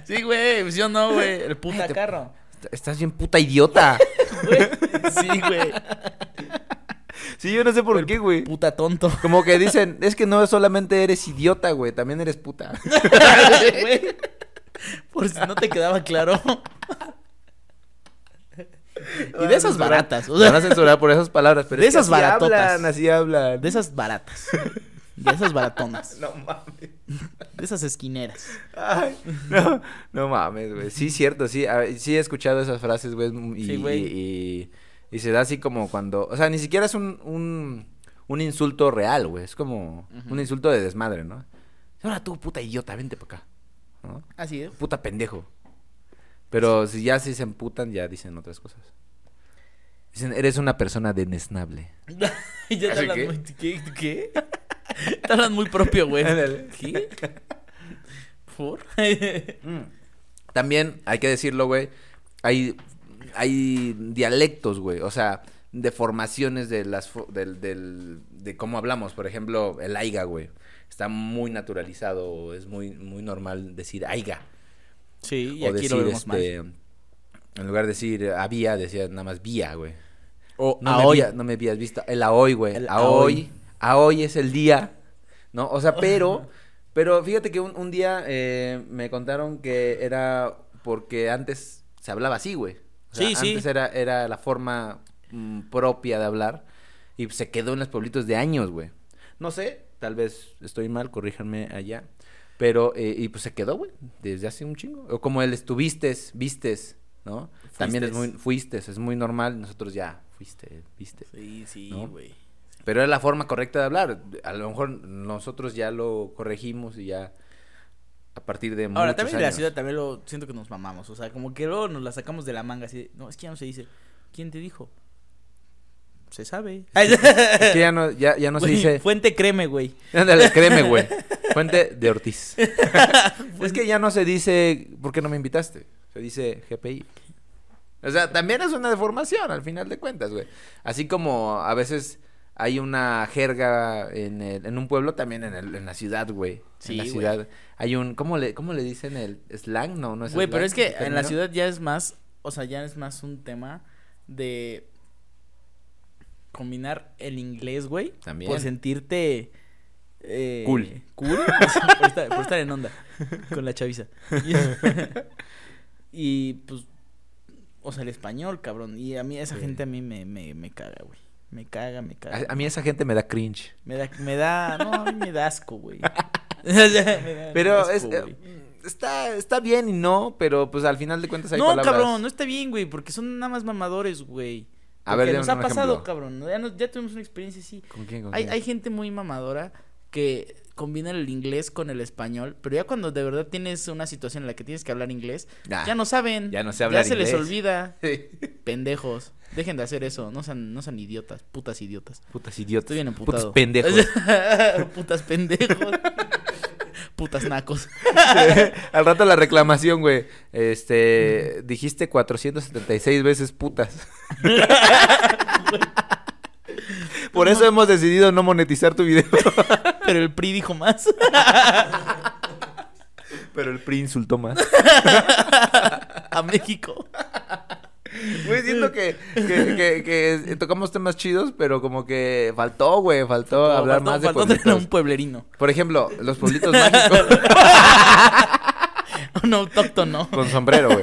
Speaker 2: Sí, güey. pues Yo no, güey. El puta
Speaker 1: Ay, te-
Speaker 2: carro.
Speaker 1: Estás bien puta idiota.
Speaker 2: Güey, Sí, güey.
Speaker 1: Sí, yo no sé por qué, güey.
Speaker 2: Puta tonto.
Speaker 1: Como que dicen, es que no solamente eres idiota, güey, también eres puta.
Speaker 2: Güey. Por si no te quedaba claro. Y de esas baratas. o
Speaker 1: Te
Speaker 2: sea,
Speaker 1: van a censurar por esas palabras, pero
Speaker 2: De
Speaker 1: es que
Speaker 2: esas
Speaker 1: así
Speaker 2: baratotas.
Speaker 1: hablan, así hablan.
Speaker 2: de esas baratas. De esas baratonas.
Speaker 1: No mames.
Speaker 2: De esas esquineras.
Speaker 1: Ay, no, no mames, güey. Sí, cierto, sí. a- sí he escuchado esas frases, güey. Y,
Speaker 2: Sí, güey.
Speaker 1: y- y- y se da así como cuando... O sea, ni siquiera es un, un, un insulto real, güey. Es como
Speaker 2: Ujú.
Speaker 1: un insulto de desmadre, ¿no? Ahora tú, puta idiota, vente para acá. ¿no?
Speaker 2: Así es.
Speaker 1: Puta pendejo. Pero si ya sí se emputan, ya dicen otras cosas. Dicen, eres una persona denesnable.
Speaker 2: Y ya te
Speaker 1: ¿Así
Speaker 2: hablan
Speaker 1: qué?
Speaker 2: muy. ¿Qué? ¿Qué? Te hablan muy propio, güey.
Speaker 1: Ándale.
Speaker 2: ¿Qué? ¿Por? Mm.
Speaker 1: También hay que decirlo, güey. Hay, hay dialectos, güey. O sea, deformaciones de las fo- del, del- de cómo hablamos. Por ejemplo, el aiga, güey. Está muy naturalizado. Es muy, muy normal decir aiga.
Speaker 2: Sí, y
Speaker 1: o
Speaker 2: aquí
Speaker 1: decir,
Speaker 2: lo vemos mal.
Speaker 1: este, En lugar de decir había, decía nada más vía, güey.
Speaker 2: O
Speaker 1: No,
Speaker 2: a
Speaker 1: me,
Speaker 2: hoy.
Speaker 1: había- no me habías visto. El hoy, güey.
Speaker 2: El
Speaker 1: El
Speaker 2: ahoy.
Speaker 1: hoy. hoy es el día. ¿No? O sea, pero. pero fíjate que un, un día eh, me contaron que era porque antes se hablaba así, güey. O sea,
Speaker 2: Sí, sí.
Speaker 1: Antes era, era la forma mm, propia de hablar. Y se quedó en los pueblitos de años, güey. No sé, tal vez estoy mal, corríjanme allá. Pero, eh, y pues se quedó, güey, desde hace un chingo. O como el estuviste, vistes, ¿no? También es muy,
Speaker 2: Fuistes.
Speaker 1: fuiste, es muy normal, nosotros ya fuiste, viste.
Speaker 2: Sí, sí,
Speaker 1: ¿No?
Speaker 2: güey.
Speaker 1: Pero era la forma correcta de hablar. A lo mejor nosotros ya lo corregimos y ya a partir de
Speaker 2: Ahora,
Speaker 1: muchos
Speaker 2: también en la
Speaker 1: años.
Speaker 2: ciudad también lo siento que nos mamamos. O sea, como que luego nos la sacamos de la manga así. de, no, es que ya no se dice. ¿Quién te dijo? Se sabe.
Speaker 1: Es que ya no, ya, ya no se
Speaker 2: Güey,
Speaker 1: dice,
Speaker 2: Fuente créeme, güey.
Speaker 1: ándale, créeme, güey, fuente de Ortiz. es que ya no se dice, ¿por qué no me invitaste? Se dice GPI. O sea, también es una deformación al final de cuentas, güey. Así como a veces hay una jerga en, el- en un pueblo, también en, el- en la ciudad, güey.
Speaker 2: Sí,
Speaker 1: en la
Speaker 2: güey.
Speaker 1: ciudad. Hay un, ¿cómo le, ¿cómo le dicen el slang? No, no es
Speaker 2: Güey, pero
Speaker 1: slang,
Speaker 2: es que
Speaker 1: ese
Speaker 2: en la
Speaker 1: término.
Speaker 2: ciudad ya es más, o sea, ya es más un tema de combinar el inglés, güey,
Speaker 1: También.
Speaker 2: por sentirte eh,
Speaker 1: Cool.
Speaker 2: cool, o sea, por, estar, por estar en onda con la chaviza. Y, y, pues, o sea, el español, cabrón. Y a mí esa
Speaker 1: Sí.
Speaker 2: gente a mí me, me, me caga, güey. Me caga, me caga.
Speaker 1: A, a mí esa gente me da cringe.
Speaker 2: Me da, me da, no, a mí me da asco, güey. O sea, me da
Speaker 1: Pero
Speaker 2: asco,
Speaker 1: es, eh,
Speaker 2: güey.
Speaker 1: está, está bien y no, pero pues al final de cuentas hay
Speaker 2: No,
Speaker 1: palabras.
Speaker 2: cabrón, no está bien, güey, porque son nada más mamadores, güey.
Speaker 1: A ver,
Speaker 2: Porque
Speaker 1: dame
Speaker 2: nos
Speaker 1: un
Speaker 2: ha pasado,
Speaker 1: ejemplo.
Speaker 2: cabrón. Ya, nos- ya tuvimos una experiencia así.
Speaker 1: ¿Con quién? Con
Speaker 2: Hay,
Speaker 1: quién?
Speaker 2: hay gente muy mamadora que combina el inglés con el español, pero ya cuando de verdad tienes una situación en la que tienes que hablar inglés,
Speaker 1: Nah.
Speaker 2: ya no saben.
Speaker 1: Ah, ya no sé hablar
Speaker 2: Ya se les
Speaker 1: inglés.
Speaker 2: olvida, pendejos. Dejen de hacer eso, no sean, no sean idiotas, putas idiotas.
Speaker 1: Putas idiotas.
Speaker 2: Estoy bien
Speaker 1: Putos
Speaker 2: emputado.
Speaker 1: pendejos.
Speaker 2: putas pendejos. putas nacos.
Speaker 1: Al rato la reclamación, güey. Este, dijiste 476 veces putas. Por eso hemos decidido no monetizar tu video.
Speaker 2: Pero el PRI dijo más.
Speaker 1: Pero el PRI insultó más.
Speaker 2: A México.
Speaker 1: Güey, siento que, que, que- que tocamos temas chidos, pero como que faltó, güey. Faltó
Speaker 2: No,
Speaker 1: hablar
Speaker 2: faltó-
Speaker 1: más de
Speaker 2: faltó tener
Speaker 1: pueblitos.
Speaker 2: un pueblerino.
Speaker 1: Por ejemplo, los pueblitos mágicos
Speaker 2: Un autóctono.
Speaker 1: con sombrero, güey.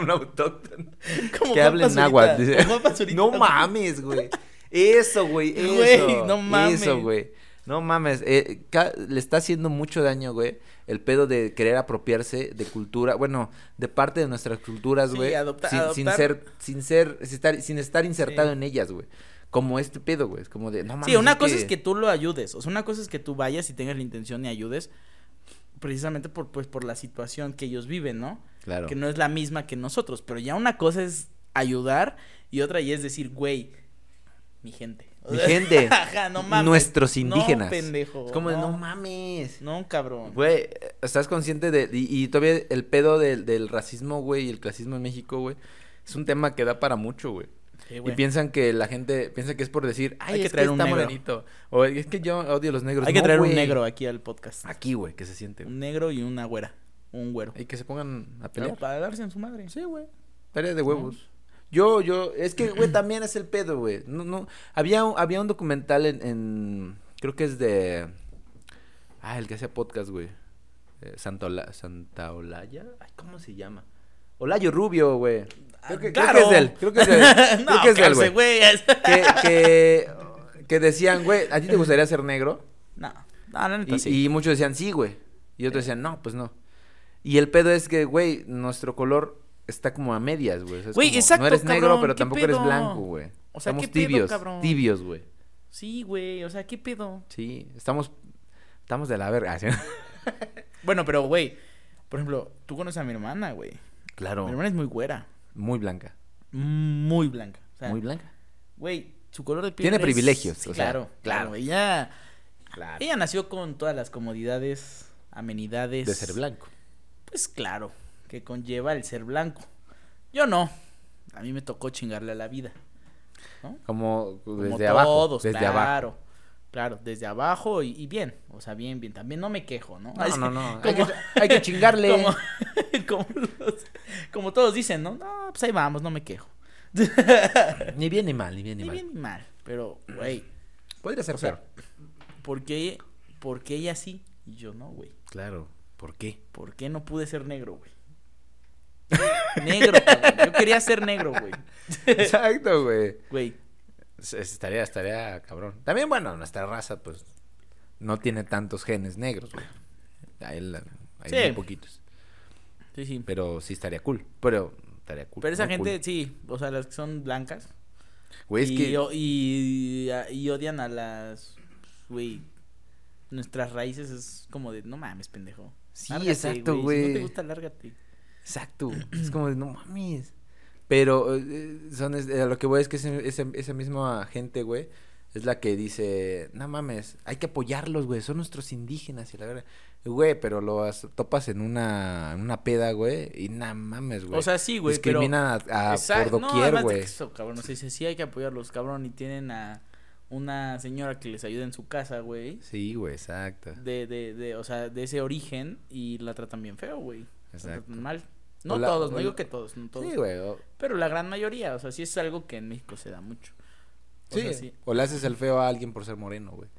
Speaker 1: Un autóctono.
Speaker 2: Como
Speaker 1: Que
Speaker 2: Juan
Speaker 1: hablen
Speaker 2: Pazurita,
Speaker 1: náhuatl. dice.
Speaker 2: como Juan Pazurita.
Speaker 1: No mames, güey. Eso, güey.
Speaker 2: Güey,
Speaker 1: Eso.
Speaker 2: no mames.
Speaker 1: Eso, güey. No mames. Eh, ca- le está haciendo mucho daño, güey. El pedo de querer apropiarse de cultura. Bueno, de parte de nuestras culturas,
Speaker 2: Sí,
Speaker 1: güey.
Speaker 2: adopta-
Speaker 1: sin, sin
Speaker 2: adoptar.
Speaker 1: ser, sin ser, sin estar, sin estar insertado
Speaker 2: Sí.
Speaker 1: en ellas, güey. Como este pedo, güey. Es como de, no mames.
Speaker 2: Sí, una cosa es que tú lo ayudes. O sea, una cosa es que tú vayas y tengas la intención y ayudes. Precisamente por, pues, por la situación que ellos viven, ¿no?
Speaker 1: Claro.
Speaker 2: Que no es la misma que nosotros. Pero ya una cosa es ayudar y otra ya es decir, güey, mi gente. O
Speaker 1: Mi
Speaker 2: sea,
Speaker 1: gente.
Speaker 2: Ajá, no mames.
Speaker 1: Nuestros
Speaker 2: No,
Speaker 1: indígenas.
Speaker 2: pendejo,
Speaker 1: Es como de,
Speaker 2: no.
Speaker 1: no mames.
Speaker 2: No, cabrón.
Speaker 1: Güey, ¿estás consciente de... Y, y todavía el pedo del, del racismo, güey, y el clasismo en México, güey, es un tema que da para mucho, güey.
Speaker 2: Sí,
Speaker 1: Y
Speaker 2: güey.
Speaker 1: piensan que la gente... Piensa que es por decir, ay,
Speaker 2: Hay que
Speaker 1: es que,
Speaker 2: traer un
Speaker 1: está
Speaker 2: negro".
Speaker 1: morenito. O es que yo odio a los negros.
Speaker 2: Hay que
Speaker 1: No,
Speaker 2: traer un
Speaker 1: güey.
Speaker 2: negro aquí al podcast.
Speaker 1: Aquí, güey, que se siente. güey.
Speaker 2: Un negro y una güera. Un güero.
Speaker 1: Y que se pongan a
Speaker 2: Pero
Speaker 1: pelear.
Speaker 2: para darse en su madre.
Speaker 1: Sí, güey. Tarea de huevos. Yo, yo, es que, güey, también es el pedo, güey. No, no. Había, un- había un documental en, en- creo que es de, ah, el que hacía podcast, güey. Eh, Santa, Ola- Santa Olaya. Ay, ¿cómo se llama? Olayo Rubio, güey. Creo que, creo que es de él, creo que es de él.
Speaker 2: Ah, no,
Speaker 1: creo que es de él,
Speaker 2: cálmese,
Speaker 1: güey.
Speaker 2: güey.
Speaker 1: Que, que, que decían, güey, ¿a ti te gustaría ser negro?
Speaker 2: No, no, la neta
Speaker 1: Y,
Speaker 2: sí.
Speaker 1: y muchos decían sí, güey. Y otros decían, no, pues no. Y el pedo es que, güey, nuestro color está como a medias, güey. O sea, es
Speaker 2: Güey,
Speaker 1: como,
Speaker 2: exacto,
Speaker 1: No eres negro,
Speaker 2: cabrón,
Speaker 1: pero
Speaker 2: ¿qué
Speaker 1: tampoco
Speaker 2: pedo?
Speaker 1: eres blanco, güey.
Speaker 2: O sea,
Speaker 1: estamos
Speaker 2: ¿qué pedo,
Speaker 1: tibios,
Speaker 2: cabrón?
Speaker 1: tibios, güey.
Speaker 2: Sí, güey, o sea, ¿qué pedo?
Speaker 1: Sí, estamos, estamos de la verga. ¿sí?
Speaker 2: Bueno, pero, güey, por ejemplo, tú conoces a mi hermana, güey.
Speaker 1: Claro,
Speaker 2: Mi hermana es muy güera,
Speaker 1: muy blanca,
Speaker 2: muy blanca. O sea,
Speaker 1: muy blanca.
Speaker 2: Güey, su color de piel.
Speaker 1: Tiene
Speaker 2: es-
Speaker 1: privilegios, o sea,
Speaker 2: claro,
Speaker 1: claro.
Speaker 2: claro. Ella,
Speaker 1: Claro.
Speaker 2: ella nació con todas las comodidades, amenidades.
Speaker 1: De ser blanco.
Speaker 2: Pues claro, que conlleva el ser blanco. Yo no. A mí me tocó chingarle a la vida.
Speaker 1: Como desde
Speaker 2: Como
Speaker 1: abajo.
Speaker 2: todos,
Speaker 1: desde
Speaker 2: claro.
Speaker 1: abajo.
Speaker 2: Claro, desde abajo y, y bien, o sea, bien, bien. También no me quejo, ¿no?
Speaker 1: No, no, no. Hay
Speaker 2: Como-
Speaker 1: que, hay que chingarle.
Speaker 2: Como, como, los- como todos dicen, ¿no? No, pues ahí vamos, no me quejo.
Speaker 1: Ni bien ni mal, ni bien ni,
Speaker 2: Ni
Speaker 1: mal.
Speaker 2: bien ni mal. Pero, güey,
Speaker 1: Podría ser
Speaker 2: O sea,
Speaker 1: peor.
Speaker 2: ¿por qué, por qué ella sí y yo no, güey?
Speaker 1: Claro. ¿Por qué?
Speaker 2: ¿Por qué no pude ser negro, güey? negro, cabrón. Yo quería ser negro, güey.
Speaker 1: Exacto, güey.
Speaker 2: Güey,
Speaker 1: Es- es- Estaría, estaría cabrón. También, bueno, nuestra raza, pues, no tiene tantos genes negros, güey. Hay, la- hay
Speaker 2: Sí.
Speaker 1: muy poquitos.
Speaker 2: sí, sí.
Speaker 1: Pero sí estaría cool. Pero estaría cool.
Speaker 2: Pero esa
Speaker 1: muy
Speaker 2: gente,
Speaker 1: cool.
Speaker 2: sí, o sea, las que son blancas,
Speaker 1: Güey, Pues es
Speaker 2: y,
Speaker 1: que...
Speaker 2: o- y, y odian a las. Güey. Nuestras raíces es como de. No mames, pendejo.
Speaker 1: Sí, exacto,
Speaker 2: Si no
Speaker 1: güey.
Speaker 2: te gusta, lárgate.
Speaker 1: Exacto. es como de, no mames. Pero eh, son, es- a lo que voy es que ese- ese- esa misma gente, güey, es la que dice, no mames, hay que apoyarlos, güey, son nuestros indígenas y la verdad. Güey, pero lo as- topas en una, en una peda, güey, y no mames, güey.
Speaker 2: O sea, sí, güey. pero...
Speaker 1: Discriminan a, a
Speaker 2: Exacto,
Speaker 1: por
Speaker 2: no,
Speaker 1: doquier,
Speaker 2: además de
Speaker 1: güey.
Speaker 2: que eso, cabrón. O sea, dice, sí hay que apoyarlos, cabrón. Y tienen a una señora que les ayuda en su casa, güey.
Speaker 1: Sí, güey, exacto.
Speaker 2: De, de, de, o sea, de ese origen y la tratan bien feo, güey. La
Speaker 1: Exacto.
Speaker 2: tratan mal. No
Speaker 1: O la-
Speaker 2: todos,
Speaker 1: o
Speaker 2: no digo
Speaker 1: la-
Speaker 2: que todos, no todos.
Speaker 1: Sí, güey. O,
Speaker 2: Pero la gran mayoría, o sea, sí es algo que en México se da mucho. O
Speaker 1: sí,
Speaker 2: sea, sí.
Speaker 1: o le haces el feo a alguien por ser moreno, güey.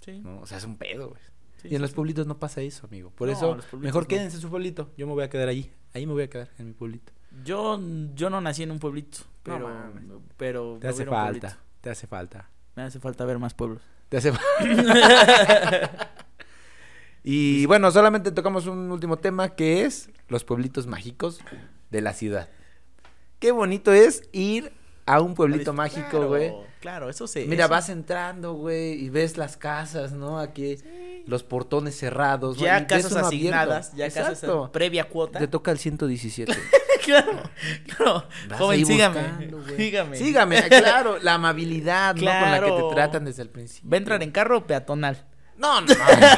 Speaker 2: Sí,
Speaker 1: ¿no? O sea, es un pedo, güey.
Speaker 2: sí,
Speaker 1: Y en
Speaker 2: sí,
Speaker 1: los
Speaker 2: sí.
Speaker 1: pueblitos no pasa eso, amigo. Por
Speaker 2: No,
Speaker 1: eso,
Speaker 2: los pueblitos
Speaker 1: mejor
Speaker 2: no.
Speaker 1: quédense en su pueblito. Yo me voy a quedar allí. Ahí me voy a quedar, en mi pueblito.
Speaker 2: Yo, yo no nací en un pueblito, pero,
Speaker 1: mames.
Speaker 2: pero
Speaker 1: Te
Speaker 2: me voy a
Speaker 1: hace
Speaker 2: ir a un
Speaker 1: falta.
Speaker 2: pueblito.
Speaker 1: Te hace falta.
Speaker 2: Me hace falta ver más pueblos.
Speaker 1: Te hace falta. Y bueno, solamente tocamos un último tema que es los pueblitos mágicos de la ciudad. Qué bonito es ir a un pueblito mágico,
Speaker 2: Claro,
Speaker 1: güey.
Speaker 2: Claro, eso se.
Speaker 1: Mira,
Speaker 2: Eh, eso-
Speaker 1: vas entrando, güey, y ves las casas, ¿no? Aquí los portones cerrados. güey, y
Speaker 2: Ya
Speaker 1: ves
Speaker 2: casas
Speaker 1: uno abierto.
Speaker 2: asignadas, ya casas
Speaker 1: Exacto.
Speaker 2: previa cuota.
Speaker 1: Te toca el 117.
Speaker 2: claro, claro.
Speaker 1: Vas ahí
Speaker 2: Joven, sígame.
Speaker 1: buscando, güey.
Speaker 2: sígame.
Speaker 1: Sígame, claro. La amabilidad, ¿no? Con la que
Speaker 2: Claro.
Speaker 1: te tratan desde el principio.
Speaker 2: ¿Va a entrar en carro o peatonal?
Speaker 1: No, no. mames.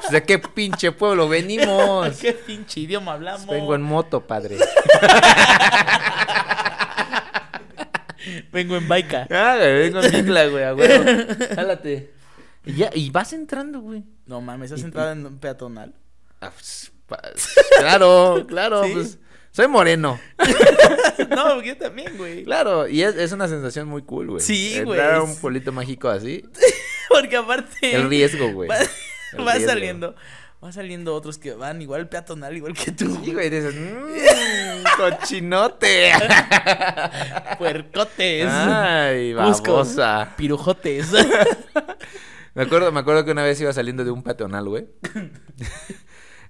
Speaker 1: Pues, ¿De qué pinche pueblo venimos?
Speaker 2: ¿Qué pinche idioma hablamos?
Speaker 1: Vengo en moto, padre.
Speaker 2: Vengo en baica.
Speaker 1: Ah, güey, vengo en bicla, güey, a huevo. Jálate. Y, ya, y vas entrando, güey.
Speaker 2: No mames, ¿has
Speaker 1: Y-
Speaker 2: entrado en un peatonal?
Speaker 1: Ah, pues, pa- claro, claro.
Speaker 2: ¿Sí?
Speaker 1: pues, soy moreno.
Speaker 2: no, yo también, güey.
Speaker 1: Claro, y es, es una sensación muy cool, güey.
Speaker 2: Sí,
Speaker 1: Entrar
Speaker 2: güey,
Speaker 1: a un
Speaker 2: es-
Speaker 1: pueblito mágico así.
Speaker 2: Porque aparte.
Speaker 1: El riesgo, güey.
Speaker 2: Va,
Speaker 1: El
Speaker 2: va
Speaker 1: riesgo.
Speaker 2: saliendo. Va saliendo otros que van igual peatonal, igual que tú.
Speaker 1: Sí, güey, dices, mmm, cochinote.
Speaker 2: Puercotes.
Speaker 1: Ay,
Speaker 2: Cuscos.
Speaker 1: babosa.
Speaker 2: Pirujotes.
Speaker 1: Me acuerdo, me acuerdo que una vez iba saliendo de un patonal, güey.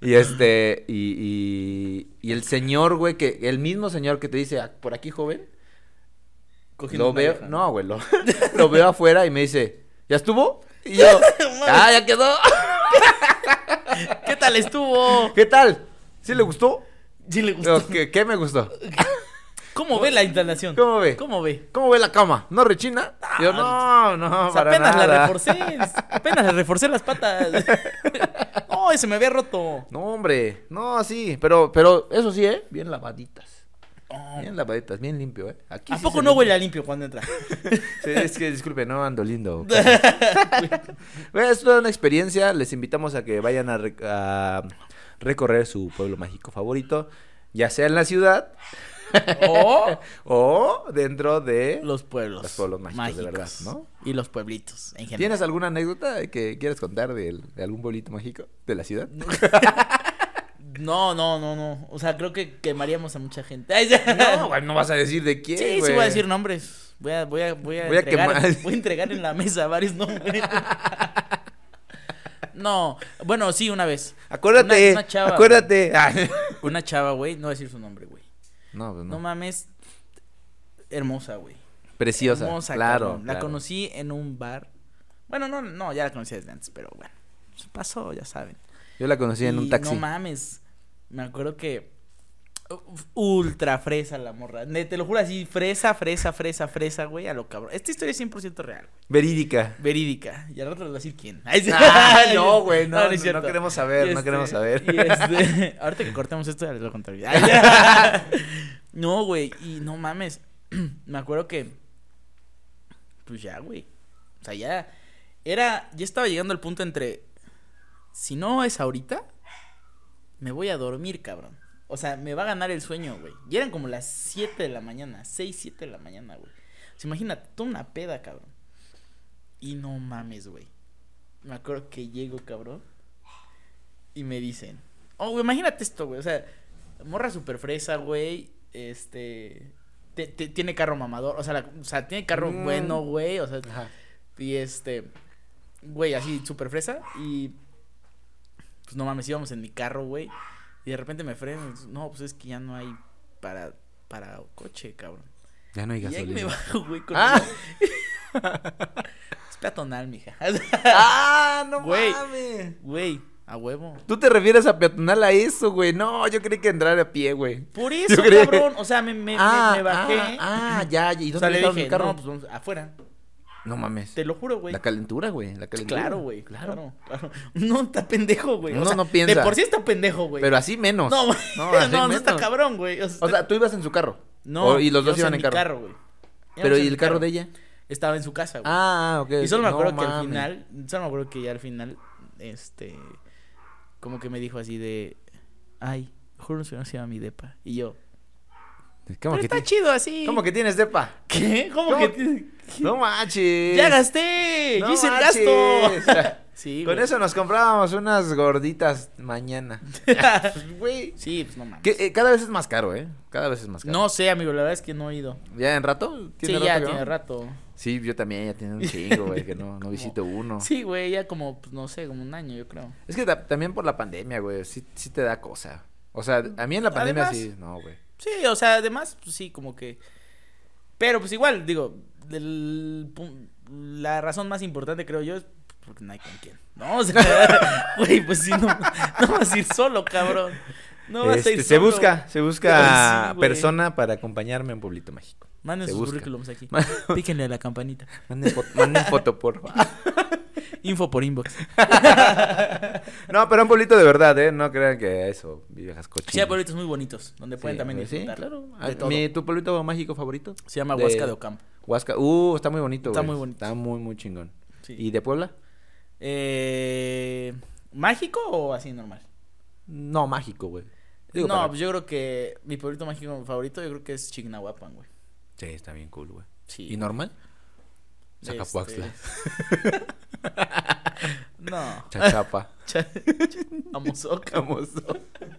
Speaker 1: y este, y, y, y el señor, güey, que el mismo señor que te dice, "Ah, por aquí, joven,
Speaker 2: Cogiendo
Speaker 1: lo
Speaker 2: una
Speaker 1: veo,
Speaker 2: vieja.
Speaker 1: no, güey, lo, lo veo afuera y me dice, ¿ya estuvo? Y yo, ah, ya quedó.
Speaker 2: ¿Qué tal estuvo?
Speaker 1: ¿Qué tal? ¿Sí le gustó?
Speaker 2: Sí le
Speaker 1: Yo,
Speaker 2: gustó.
Speaker 1: ¿Qué, qué me gustó?
Speaker 2: ¿Cómo ve la instalación?
Speaker 1: ¿Cómo ve?
Speaker 2: ¿Cómo ve?
Speaker 1: ¿Cómo ve la cama? ¿No rechina? Y yo, no, no,
Speaker 2: O sea,
Speaker 1: para
Speaker 2: apenas la
Speaker 1: nada.
Speaker 2: reforcé. Apenas le reforcé las patas. No, se me había roto.
Speaker 1: No, hombre, no, sí, pero, pero eso sí, ¿eh? Bien lavaditas.
Speaker 2: Oh,
Speaker 1: Bien lavaditas, bien limpio, ¿eh? Aquí
Speaker 2: ¿A
Speaker 1: sí
Speaker 2: poco
Speaker 1: se
Speaker 2: no
Speaker 1: limpia.
Speaker 2: huele a limpio cuando entra?
Speaker 1: Sí, es que disculpe, no ando lindo. Bueno, es toda una experiencia. Les invitamos a que vayan a, re- a recorrer su pueblo mágico favorito, ya sea en la ciudad
Speaker 2: O
Speaker 1: o dentro de.
Speaker 2: los pueblos.
Speaker 1: Los pueblos mágicos, de verdad, ¿no?
Speaker 2: Y los pueblitos en general.
Speaker 1: ¿Tienes alguna anécdota que quieras contar del- de, algún pueblito mágico de la ciudad?
Speaker 2: No, no, no, no. O sea, creo que quemaríamos a mucha gente. Ay, ya.
Speaker 1: güey, no vas a decir de quién.
Speaker 2: sí, sí
Speaker 1: güey.
Speaker 2: voy a decir nombres. Voy a, voy a, voy a,
Speaker 1: Voy a
Speaker 2: entregar,
Speaker 1: quemar.
Speaker 2: voy a entregar en la mesa varios nombres. No, bueno, sí, una vez.
Speaker 1: Acuérdate,
Speaker 2: Una- una chava,
Speaker 1: acuérdate. Ay.
Speaker 2: Una chava, güey, no voy a decir su nombre, güey.
Speaker 1: No, pues
Speaker 2: No
Speaker 1: no.
Speaker 2: mames. Hermosa, güey.
Speaker 1: Preciosa.
Speaker 2: Hermosa,
Speaker 1: claro,
Speaker 2: cabrón. La
Speaker 1: claro.
Speaker 2: conocí en un bar. Bueno, no, no, ya la conocí desde antes, pero bueno. se Pasó, ya saben.
Speaker 1: Yo la conocí en
Speaker 2: Y
Speaker 1: un taxi.
Speaker 2: No mames. Me acuerdo que. uf, Ultra fresa la morra. Ne- Te lo juro así, fresa, fresa, fresa, fresa, güey, a lo cabrón. Esta historia es 100% real, güey.
Speaker 1: Verídica.
Speaker 2: Verídica. Y al rato les voy a decir quién. Ay, sí.
Speaker 1: Ah, no, güey, no,
Speaker 2: es
Speaker 1: no,
Speaker 2: cierto.
Speaker 1: no queremos saber,
Speaker 2: Y este,
Speaker 1: no queremos saber.
Speaker 2: y este, ahorita que cortemos esto, ya les voy a contar. Ay, no, güey, y no mames. Me acuerdo que. Pues ya, güey. O sea, ya. Era. Ya estaba llegando al punto entre. Si no es ahorita, me voy a dormir, cabrón. O sea, me va a ganar el sueño, güey. Y eran como las 7 de la mañana, 6, 7 de la mañana, güey. O sea, imagínate, toda una peda, cabrón. Y no mames, güey. Me acuerdo que llego, cabrón. Y me dicen, oh, güey, imagínate esto, güey. O sea, morra super fresa, güey. Este. te- te- tiene carro mamador. O sea, la- o sea tiene carro
Speaker 1: Mm.
Speaker 2: bueno, güey. O sea,
Speaker 1: Ajá.
Speaker 2: y este, güey, así súper fresa. Y pues no mames, íbamos en mi carro, güey. Y de repente me freno. y dices, No, pues es que ya no hay para, para coche, cabrón.
Speaker 1: Ya no hay
Speaker 2: Y ahí me
Speaker 1: gasolina.
Speaker 2: bajo, güey, con
Speaker 1: Ah.
Speaker 2: Es peatonal, mija.
Speaker 1: ¡Ah, no
Speaker 2: Güey.
Speaker 1: mames!
Speaker 2: Güey, a huevo.
Speaker 1: Tú te refieres a peatonal a eso, güey. No, yo creí que entrar a pie, güey.
Speaker 2: Por eso,
Speaker 1: creí-
Speaker 2: cabrón. O sea, me, me, me- me bajé.
Speaker 1: Ah, ah, ya, ya. ¿Y dónde
Speaker 2: o sea, le
Speaker 1: dejaron
Speaker 2: dije,
Speaker 1: el carro?
Speaker 2: no,
Speaker 1: No,
Speaker 2: pues vamos afuera.
Speaker 1: mames.
Speaker 2: Te lo juro, güey.
Speaker 1: La calentura, güey. La calentura.
Speaker 2: Claro, güey. Claro. claro. No está pendejo, güey. o
Speaker 1: Uno
Speaker 2: sea,
Speaker 1: no piensa.
Speaker 2: De por sí está pendejo, güey.
Speaker 1: Pero así menos.
Speaker 2: No, güey.
Speaker 1: No,
Speaker 2: No,
Speaker 1: así
Speaker 2: no,
Speaker 1: menos.
Speaker 2: está cabrón, güey.
Speaker 1: O sea, tú ibas en su carro.
Speaker 2: no.
Speaker 1: O- y los dos
Speaker 2: íbamos
Speaker 1: iban en
Speaker 2: mi
Speaker 1: carro.
Speaker 2: carro, güey. Íbamos
Speaker 1: Pero ¿y
Speaker 2: mi
Speaker 1: el carro de ella?
Speaker 2: estaba en su casa, güey.
Speaker 1: Ah, ok.
Speaker 2: y solo me
Speaker 1: ok.
Speaker 2: acuerdo
Speaker 1: No
Speaker 2: que al
Speaker 1: mames.
Speaker 2: final, solo me acuerdo que ya al final, este, como que me dijo así de, ay, juro que no se llama mi depa. Y yo, pero
Speaker 1: ¿Cómo que,
Speaker 2: está
Speaker 1: ti-
Speaker 2: chido así.
Speaker 1: ¿Cómo que tienes depa?
Speaker 2: ¿Qué? ¿Cómo,
Speaker 1: ¿Cómo
Speaker 2: que?
Speaker 1: que- No manches.
Speaker 2: Ya gasté,
Speaker 1: No
Speaker 2: yo hice el
Speaker 1: manches.
Speaker 2: gasto. sí,
Speaker 1: Con
Speaker 2: güey.
Speaker 1: eso nos comprábamos unas gorditas mañana. Güey.
Speaker 2: sí, pues no mames.
Speaker 1: Que, eh, cada vez es más caro, ¿eh? Cada vez es más caro.
Speaker 2: No sé, amigo, la verdad es que no he ido.
Speaker 1: ¿Ya en rato?
Speaker 2: Sí,
Speaker 1: rato
Speaker 2: ya
Speaker 1: que no?
Speaker 2: tiene rato.
Speaker 1: Sí, yo también, ya tiene un chingo, güey, que no, no visito uno.
Speaker 2: Sí, güey, ya como, pues no sé, como un año, yo creo.
Speaker 1: Es que ta- también por la pandemia, güey, sí, sí te da cosa. O sea, a mí en la pandemia
Speaker 2: Además-
Speaker 1: sí, no, güey.
Speaker 2: Sí, o sea, además, pues sí, como que. Pero pues igual, digo, el pu- la razón más importante, creo yo, es porque no hay con quién. No, o sea, güey, pues sí, no, no vas a ir solo, cabrón. No vas a ir solo.
Speaker 1: Este, se busca, se busca
Speaker 2: Sí, güey.
Speaker 1: persona para acompañarme en Pueblito Mágico.
Speaker 2: Manden
Speaker 1: se
Speaker 2: sus
Speaker 1: busca.
Speaker 2: currículums aquí. Píquenle a la campanita.
Speaker 1: Manden, fo- manden foto, por favor.
Speaker 2: Info por inbox.
Speaker 1: No, pero un pueblito de verdad, ¿eh? No crean que eso, viejas cochinas.
Speaker 2: Sí, hay pueblitos muy bonitos, donde pueden
Speaker 1: Sí,
Speaker 2: también
Speaker 1: güey, sí,
Speaker 2: disfrutar.
Speaker 1: claro.
Speaker 2: de
Speaker 1: Ah,
Speaker 2: todo.
Speaker 1: ¿Mi, ¿Tu pueblito mágico favorito?
Speaker 2: Se llama
Speaker 1: de-
Speaker 2: Huasca de Ocampo.
Speaker 1: Huasca. Uh, está muy bonito,
Speaker 2: Está
Speaker 1: güey.
Speaker 2: muy bonito.
Speaker 1: Está muy, muy chingón.
Speaker 2: Sí.
Speaker 1: ¿Y de Puebla?
Speaker 2: Eh, ¿Mágico o así normal?
Speaker 1: No, mágico, güey. Digo,
Speaker 2: no,
Speaker 1: para-
Speaker 2: pues yo creo que mi pueblito mágico favorito, yo creo que es Chignahuapan, güey.
Speaker 1: Sí, está bien cool, güey.
Speaker 2: Sí.
Speaker 1: ¿Y normal?
Speaker 2: Este-
Speaker 1: Zacapuaxtla.
Speaker 2: no.
Speaker 1: Chachapa.
Speaker 2: Cha- Amozoc.
Speaker 1: Famoso.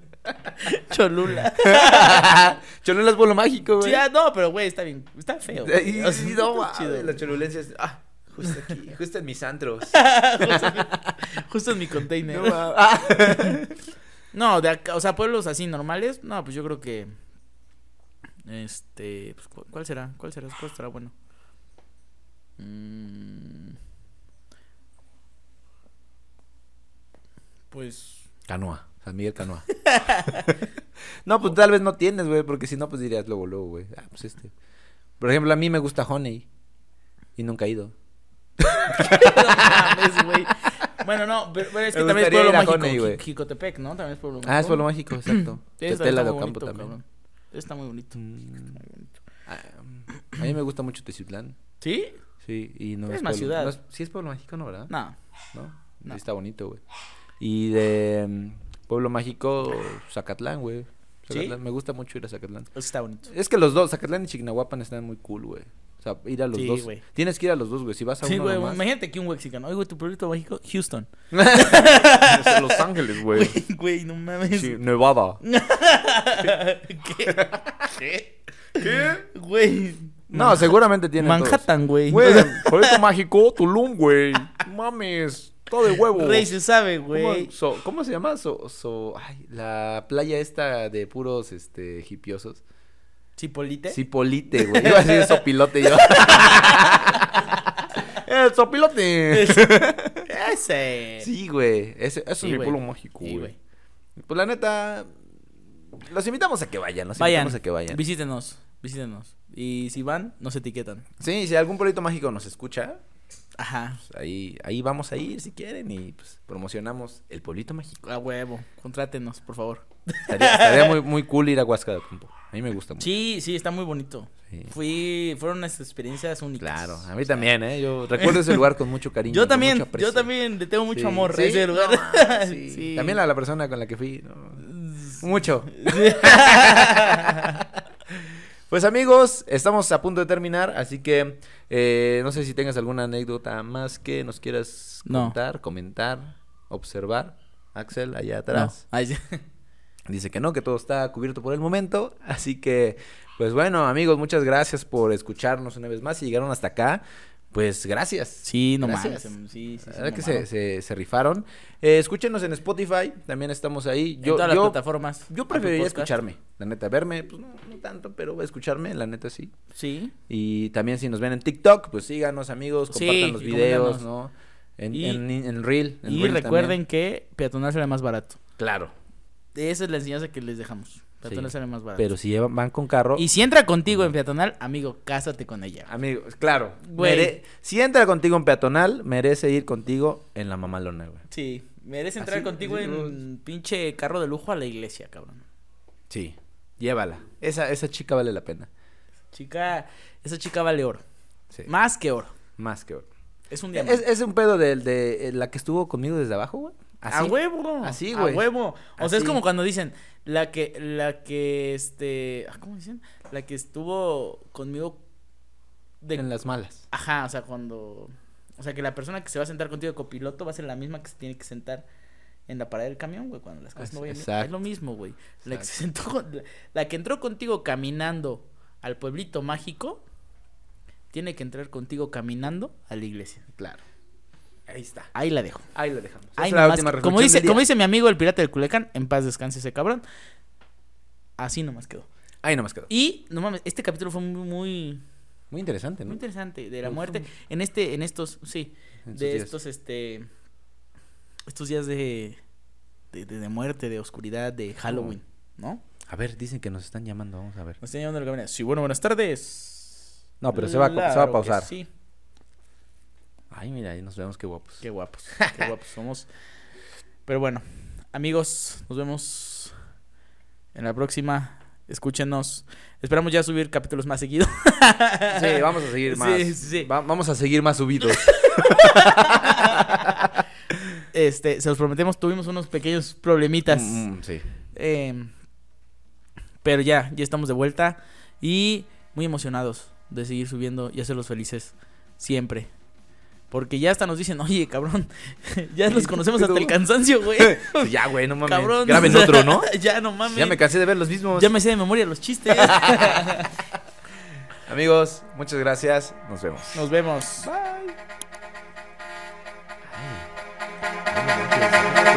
Speaker 2: Cholula.
Speaker 1: Cholula es pueblo mágico, güey.
Speaker 2: Sí, ah, no, pero güey, está bien. Está feo. güey.
Speaker 1: Y-
Speaker 2: O sea,
Speaker 1: y
Speaker 2: está
Speaker 1: no, mames,
Speaker 2: chido,
Speaker 1: la
Speaker 2: güey.
Speaker 1: cholulencia es... Ah, justo aquí, justo en mis antros.
Speaker 2: Justo en mi container.
Speaker 1: No,
Speaker 2: No,
Speaker 1: mames. Ah.
Speaker 2: de acá, o sea, pueblos así normales, no, pues yo creo que. Este. pues, cu- ¿Cuál será? ¿Cuál será? ¿Cuál será bueno? Mm. Pues.
Speaker 1: Canoa, San Miguel Canoa. no, pues tal vez no tienes, güey, porque si no, pues dirías luego, luego, güey. Ah, pues este. Por ejemplo, a mí me gusta Honey y nunca he ido.
Speaker 2: No mames, güey. Bueno, no, pero, pero es que
Speaker 1: Me
Speaker 2: también es
Speaker 1: gustaría
Speaker 2: pueblo
Speaker 1: ir a
Speaker 2: mágico.
Speaker 1: Jonei, güey.
Speaker 2: Ji- Jicotepec, ¿no? También es pueblo mágico.
Speaker 1: Ah, es pueblo mágico, exacto.
Speaker 2: Sí, está-
Speaker 1: Testela
Speaker 2: está
Speaker 1: de
Speaker 2: muy
Speaker 1: Ocampo
Speaker 2: bonito,
Speaker 1: también.
Speaker 2: cabrón. Está muy bonito.
Speaker 1: Mm,
Speaker 2: muy bonito.
Speaker 1: ah, a mí me gusta mucho Teciutlán.
Speaker 2: ¿Sí?
Speaker 1: Sí, y no
Speaker 2: Es más
Speaker 1: pueblo-
Speaker 2: ciudad.
Speaker 1: no es- sí es pueblo mágico, ¿no, verdad?
Speaker 2: No.
Speaker 1: ¿No?
Speaker 2: No.
Speaker 1: Sí está bonito, güey. Y de mm, pueblo mágico, Zacatlán, güey.
Speaker 2: ¿Sí?
Speaker 1: Zacatlán, Me gusta mucho ir a Zacatlán.
Speaker 2: Está bonito.
Speaker 1: Es que los dos, Zacatlán y Chignahuapan están muy cool, güey. O sea, ir a los
Speaker 2: Sí,
Speaker 1: dos.
Speaker 2: güey.
Speaker 1: Tienes que ir a los dos, güey. Si vas a
Speaker 2: Sí,
Speaker 1: uno
Speaker 2: güey,
Speaker 1: nomás-
Speaker 2: imagínate que un mexicano. Oye, güey, tu pueblito mágico, Houston.
Speaker 1: Es Los Ángeles, güey.
Speaker 2: Güey, güey, no mames.
Speaker 1: Sí, Nevada.
Speaker 2: ¿Qué? ¿Qué? ¿Qué? Güey.
Speaker 1: No, seguramente tiene
Speaker 2: Manhattan, güey.
Speaker 1: todos. Güey, Puerto Mágico, Tulum, güey. Mames, todo de huevo.
Speaker 2: Rey se sabe,
Speaker 1: ¿Cómo,
Speaker 2: güey.
Speaker 1: so- ¿Cómo se llama? So, so- ay, la playa esta de puros este hipiosos.
Speaker 2: ¿Chipolite?
Speaker 1: Cipolite, güey. Iba a decir sopilote yo. ¡El sopilote!
Speaker 2: Ese.
Speaker 1: Sí, güey. Ese, eso
Speaker 2: Eh, Sí,
Speaker 1: es mi
Speaker 2: güey.
Speaker 1: pueblo mágico,
Speaker 2: Sí,
Speaker 1: güey. Pues la neta, los invitamos a que vayan, los
Speaker 2: Vayan.
Speaker 1: invitamos a que vayan.
Speaker 2: Visítenos, visítenos. Y si van, nos etiquetan.
Speaker 1: Sí, si algún pueblito mágico nos escucha,
Speaker 2: Ajá.
Speaker 1: pues ahí, ahí vamos a ir si quieren y pues promocionamos el pueblito mágico.
Speaker 2: A huevo. Contrátenos, por favor.
Speaker 1: Estaría, estaría muy, muy cool ir a Huasca de Ocampo. A mí me gusta mucho.
Speaker 2: Sí, sí, está muy bonito.
Speaker 1: Sí.
Speaker 2: Fui, fueron unas experiencias únicas.
Speaker 1: Claro, a mí también, ¿eh? Yo recuerdo ese lugar con mucho cariño.
Speaker 2: Yo
Speaker 1: con mucho
Speaker 2: también,
Speaker 1: aprecio.
Speaker 2: yo también le tengo mucho
Speaker 1: Sí.
Speaker 2: amor
Speaker 1: ¿Sí?
Speaker 2: a ese lugar.
Speaker 1: No, ah, sí.
Speaker 2: Sí.
Speaker 1: También a la persona con la que fui. no. Mucho. Pues amigos, estamos a punto de terminar, así que eh, no sé si tengas alguna anécdota más que nos quieras
Speaker 2: No.
Speaker 1: contar, comentar, observar. Axel, allá
Speaker 2: No.
Speaker 1: atrás,
Speaker 2: Ay, sí.
Speaker 1: dice que no, que todo está cubierto por el momento. Así que, pues bueno, amigos, muchas gracias por escucharnos una vez más. Si llegaron hasta acá, pues gracias.
Speaker 2: Sí, no
Speaker 1: Gracias.
Speaker 2: mames. Sí, sí, sí,
Speaker 1: La verdad
Speaker 2: no
Speaker 1: que se,
Speaker 2: mames.
Speaker 1: se- se rifaron. Eh, escúchenos en Spotify, también estamos ahí.
Speaker 2: en
Speaker 1: Yo,
Speaker 2: todas las
Speaker 1: yo,
Speaker 2: plataformas.
Speaker 1: yo preferiría
Speaker 2: Apple Podcast.
Speaker 1: escucharme, la neta, verme, pues no, no tanto, pero escucharme, la neta sí.
Speaker 2: Sí.
Speaker 1: Y también si nos ven en TikTok, pues síganos amigos,
Speaker 2: Sí,
Speaker 1: compartan los
Speaker 2: y
Speaker 1: videos,
Speaker 2: coméntanos.
Speaker 1: ¿no? En,
Speaker 2: Y-
Speaker 1: en, en Reel. en
Speaker 2: y
Speaker 1: Reel
Speaker 2: recuerden que peatonal sale más barato.
Speaker 1: también. Claro.
Speaker 2: Esa es la enseñanza que les dejamos. Peatonal
Speaker 1: Sí.
Speaker 2: sale más barato.
Speaker 1: Pero si llevan, van con carro.
Speaker 2: Y si entra contigo en peatonal, amigo, cásate con ella.
Speaker 1: Amigos, claro.
Speaker 2: Güey.
Speaker 1: mere- si entra contigo en peatonal, merece ir contigo en la mamalona, güey.
Speaker 2: Sí, merece entrar
Speaker 1: Así,
Speaker 2: contigo
Speaker 1: así,
Speaker 2: en pinche carro de lujo a la iglesia, cabrón.
Speaker 1: Sí. Llévala. Esa, esa chica vale la pena.
Speaker 2: Chica, esa chica vale oro.
Speaker 1: Sí.
Speaker 2: Más que oro.
Speaker 1: Más que oro.
Speaker 2: Es un diamante.
Speaker 1: Es, es un pedo del de eh, la que estuvo conmigo desde abajo, güey.
Speaker 2: A
Speaker 1: Así.
Speaker 2: huevo.
Speaker 1: Así, güey.
Speaker 2: A huevo. O sea, es
Speaker 1: Así.
Speaker 2: como cuando dicen, la que, la que, este, ah, ¿cómo dicen? La que estuvo conmigo de...
Speaker 1: En las malas.
Speaker 2: Ajá, o sea, cuando... O sea, que la persona que se va a sentar contigo de copiloto va a ser la misma que se tiene que sentar en la parada del camión, güey, cuando las cosas
Speaker 1: Es-
Speaker 2: no vayan bien. Es
Speaker 1: exacto.
Speaker 2: lo mismo, güey. La que se sentó, con- la, la que entró contigo caminando al pueblito mágico, tiene que entrar contigo caminando a la iglesia.
Speaker 1: Claro. Ahí está.
Speaker 2: Ahí la dejo.
Speaker 1: Ahí lo dejamos.
Speaker 2: Ay,
Speaker 1: Esa es la
Speaker 2: nomás,
Speaker 1: última reflexión
Speaker 2: como dice,
Speaker 1: del día.
Speaker 2: como dice mi amigo el pirata del Culecán, en paz descanse ese cabrón. Así nomás quedó.
Speaker 1: Ahí nomás quedó.
Speaker 2: Y no mames, este capítulo fue muy muy,
Speaker 1: Muy interesante,
Speaker 2: muy
Speaker 1: ¿no?
Speaker 2: interesante de la
Speaker 1: Me gustó
Speaker 2: muerte
Speaker 1: mucho.
Speaker 2: en este en estos sí,
Speaker 1: En sus
Speaker 2: de
Speaker 1: días.
Speaker 2: estos este estos días de de, de- de muerte, de oscuridad, de Halloween, ¿no?
Speaker 1: A ver, dicen que nos están llamando, vamos a ver.
Speaker 2: Nos están llamando al gabinete. Sí, bueno, buenas tardes.
Speaker 1: No, pero se va a- se va a
Speaker 2: Claro que
Speaker 1: pausar.
Speaker 2: Sí.
Speaker 1: Ay, mira, ahí nos vemos qué guapos.
Speaker 2: Qué guapos, qué guapos somos. Pero bueno, amigos, nos vemos en la próxima. Escúchenos. Esperamos ya subir capítulos más seguidos.
Speaker 1: Sí, vamos a seguir
Speaker 2: Sí,
Speaker 1: más.
Speaker 2: sí, sí.
Speaker 1: Va- vamos a seguir más subidos.
Speaker 2: Este, se los prometemos, tuvimos unos pequeños problemitas.
Speaker 1: Mm, mm, sí.
Speaker 2: Eh, pero ya, ya estamos de vuelta y muy emocionados de seguir subiendo y hacerlos felices siempre. Porque ya hasta nos dicen, oye, cabrón, ya los conocemos hasta el cansancio, güey.
Speaker 1: ya, güey, no mames.
Speaker 2: Cabrón.
Speaker 1: Graben
Speaker 2: o sea,
Speaker 1: otro, ¿no?
Speaker 2: ya no mames.
Speaker 1: Ya me cansé de ver los mismos.
Speaker 2: Ya me sé de memoria los chistes.
Speaker 1: Amigos, muchas gracias. Nos vemos.
Speaker 2: Nos vemos.
Speaker 1: Bye. Ay. Ay, no manches.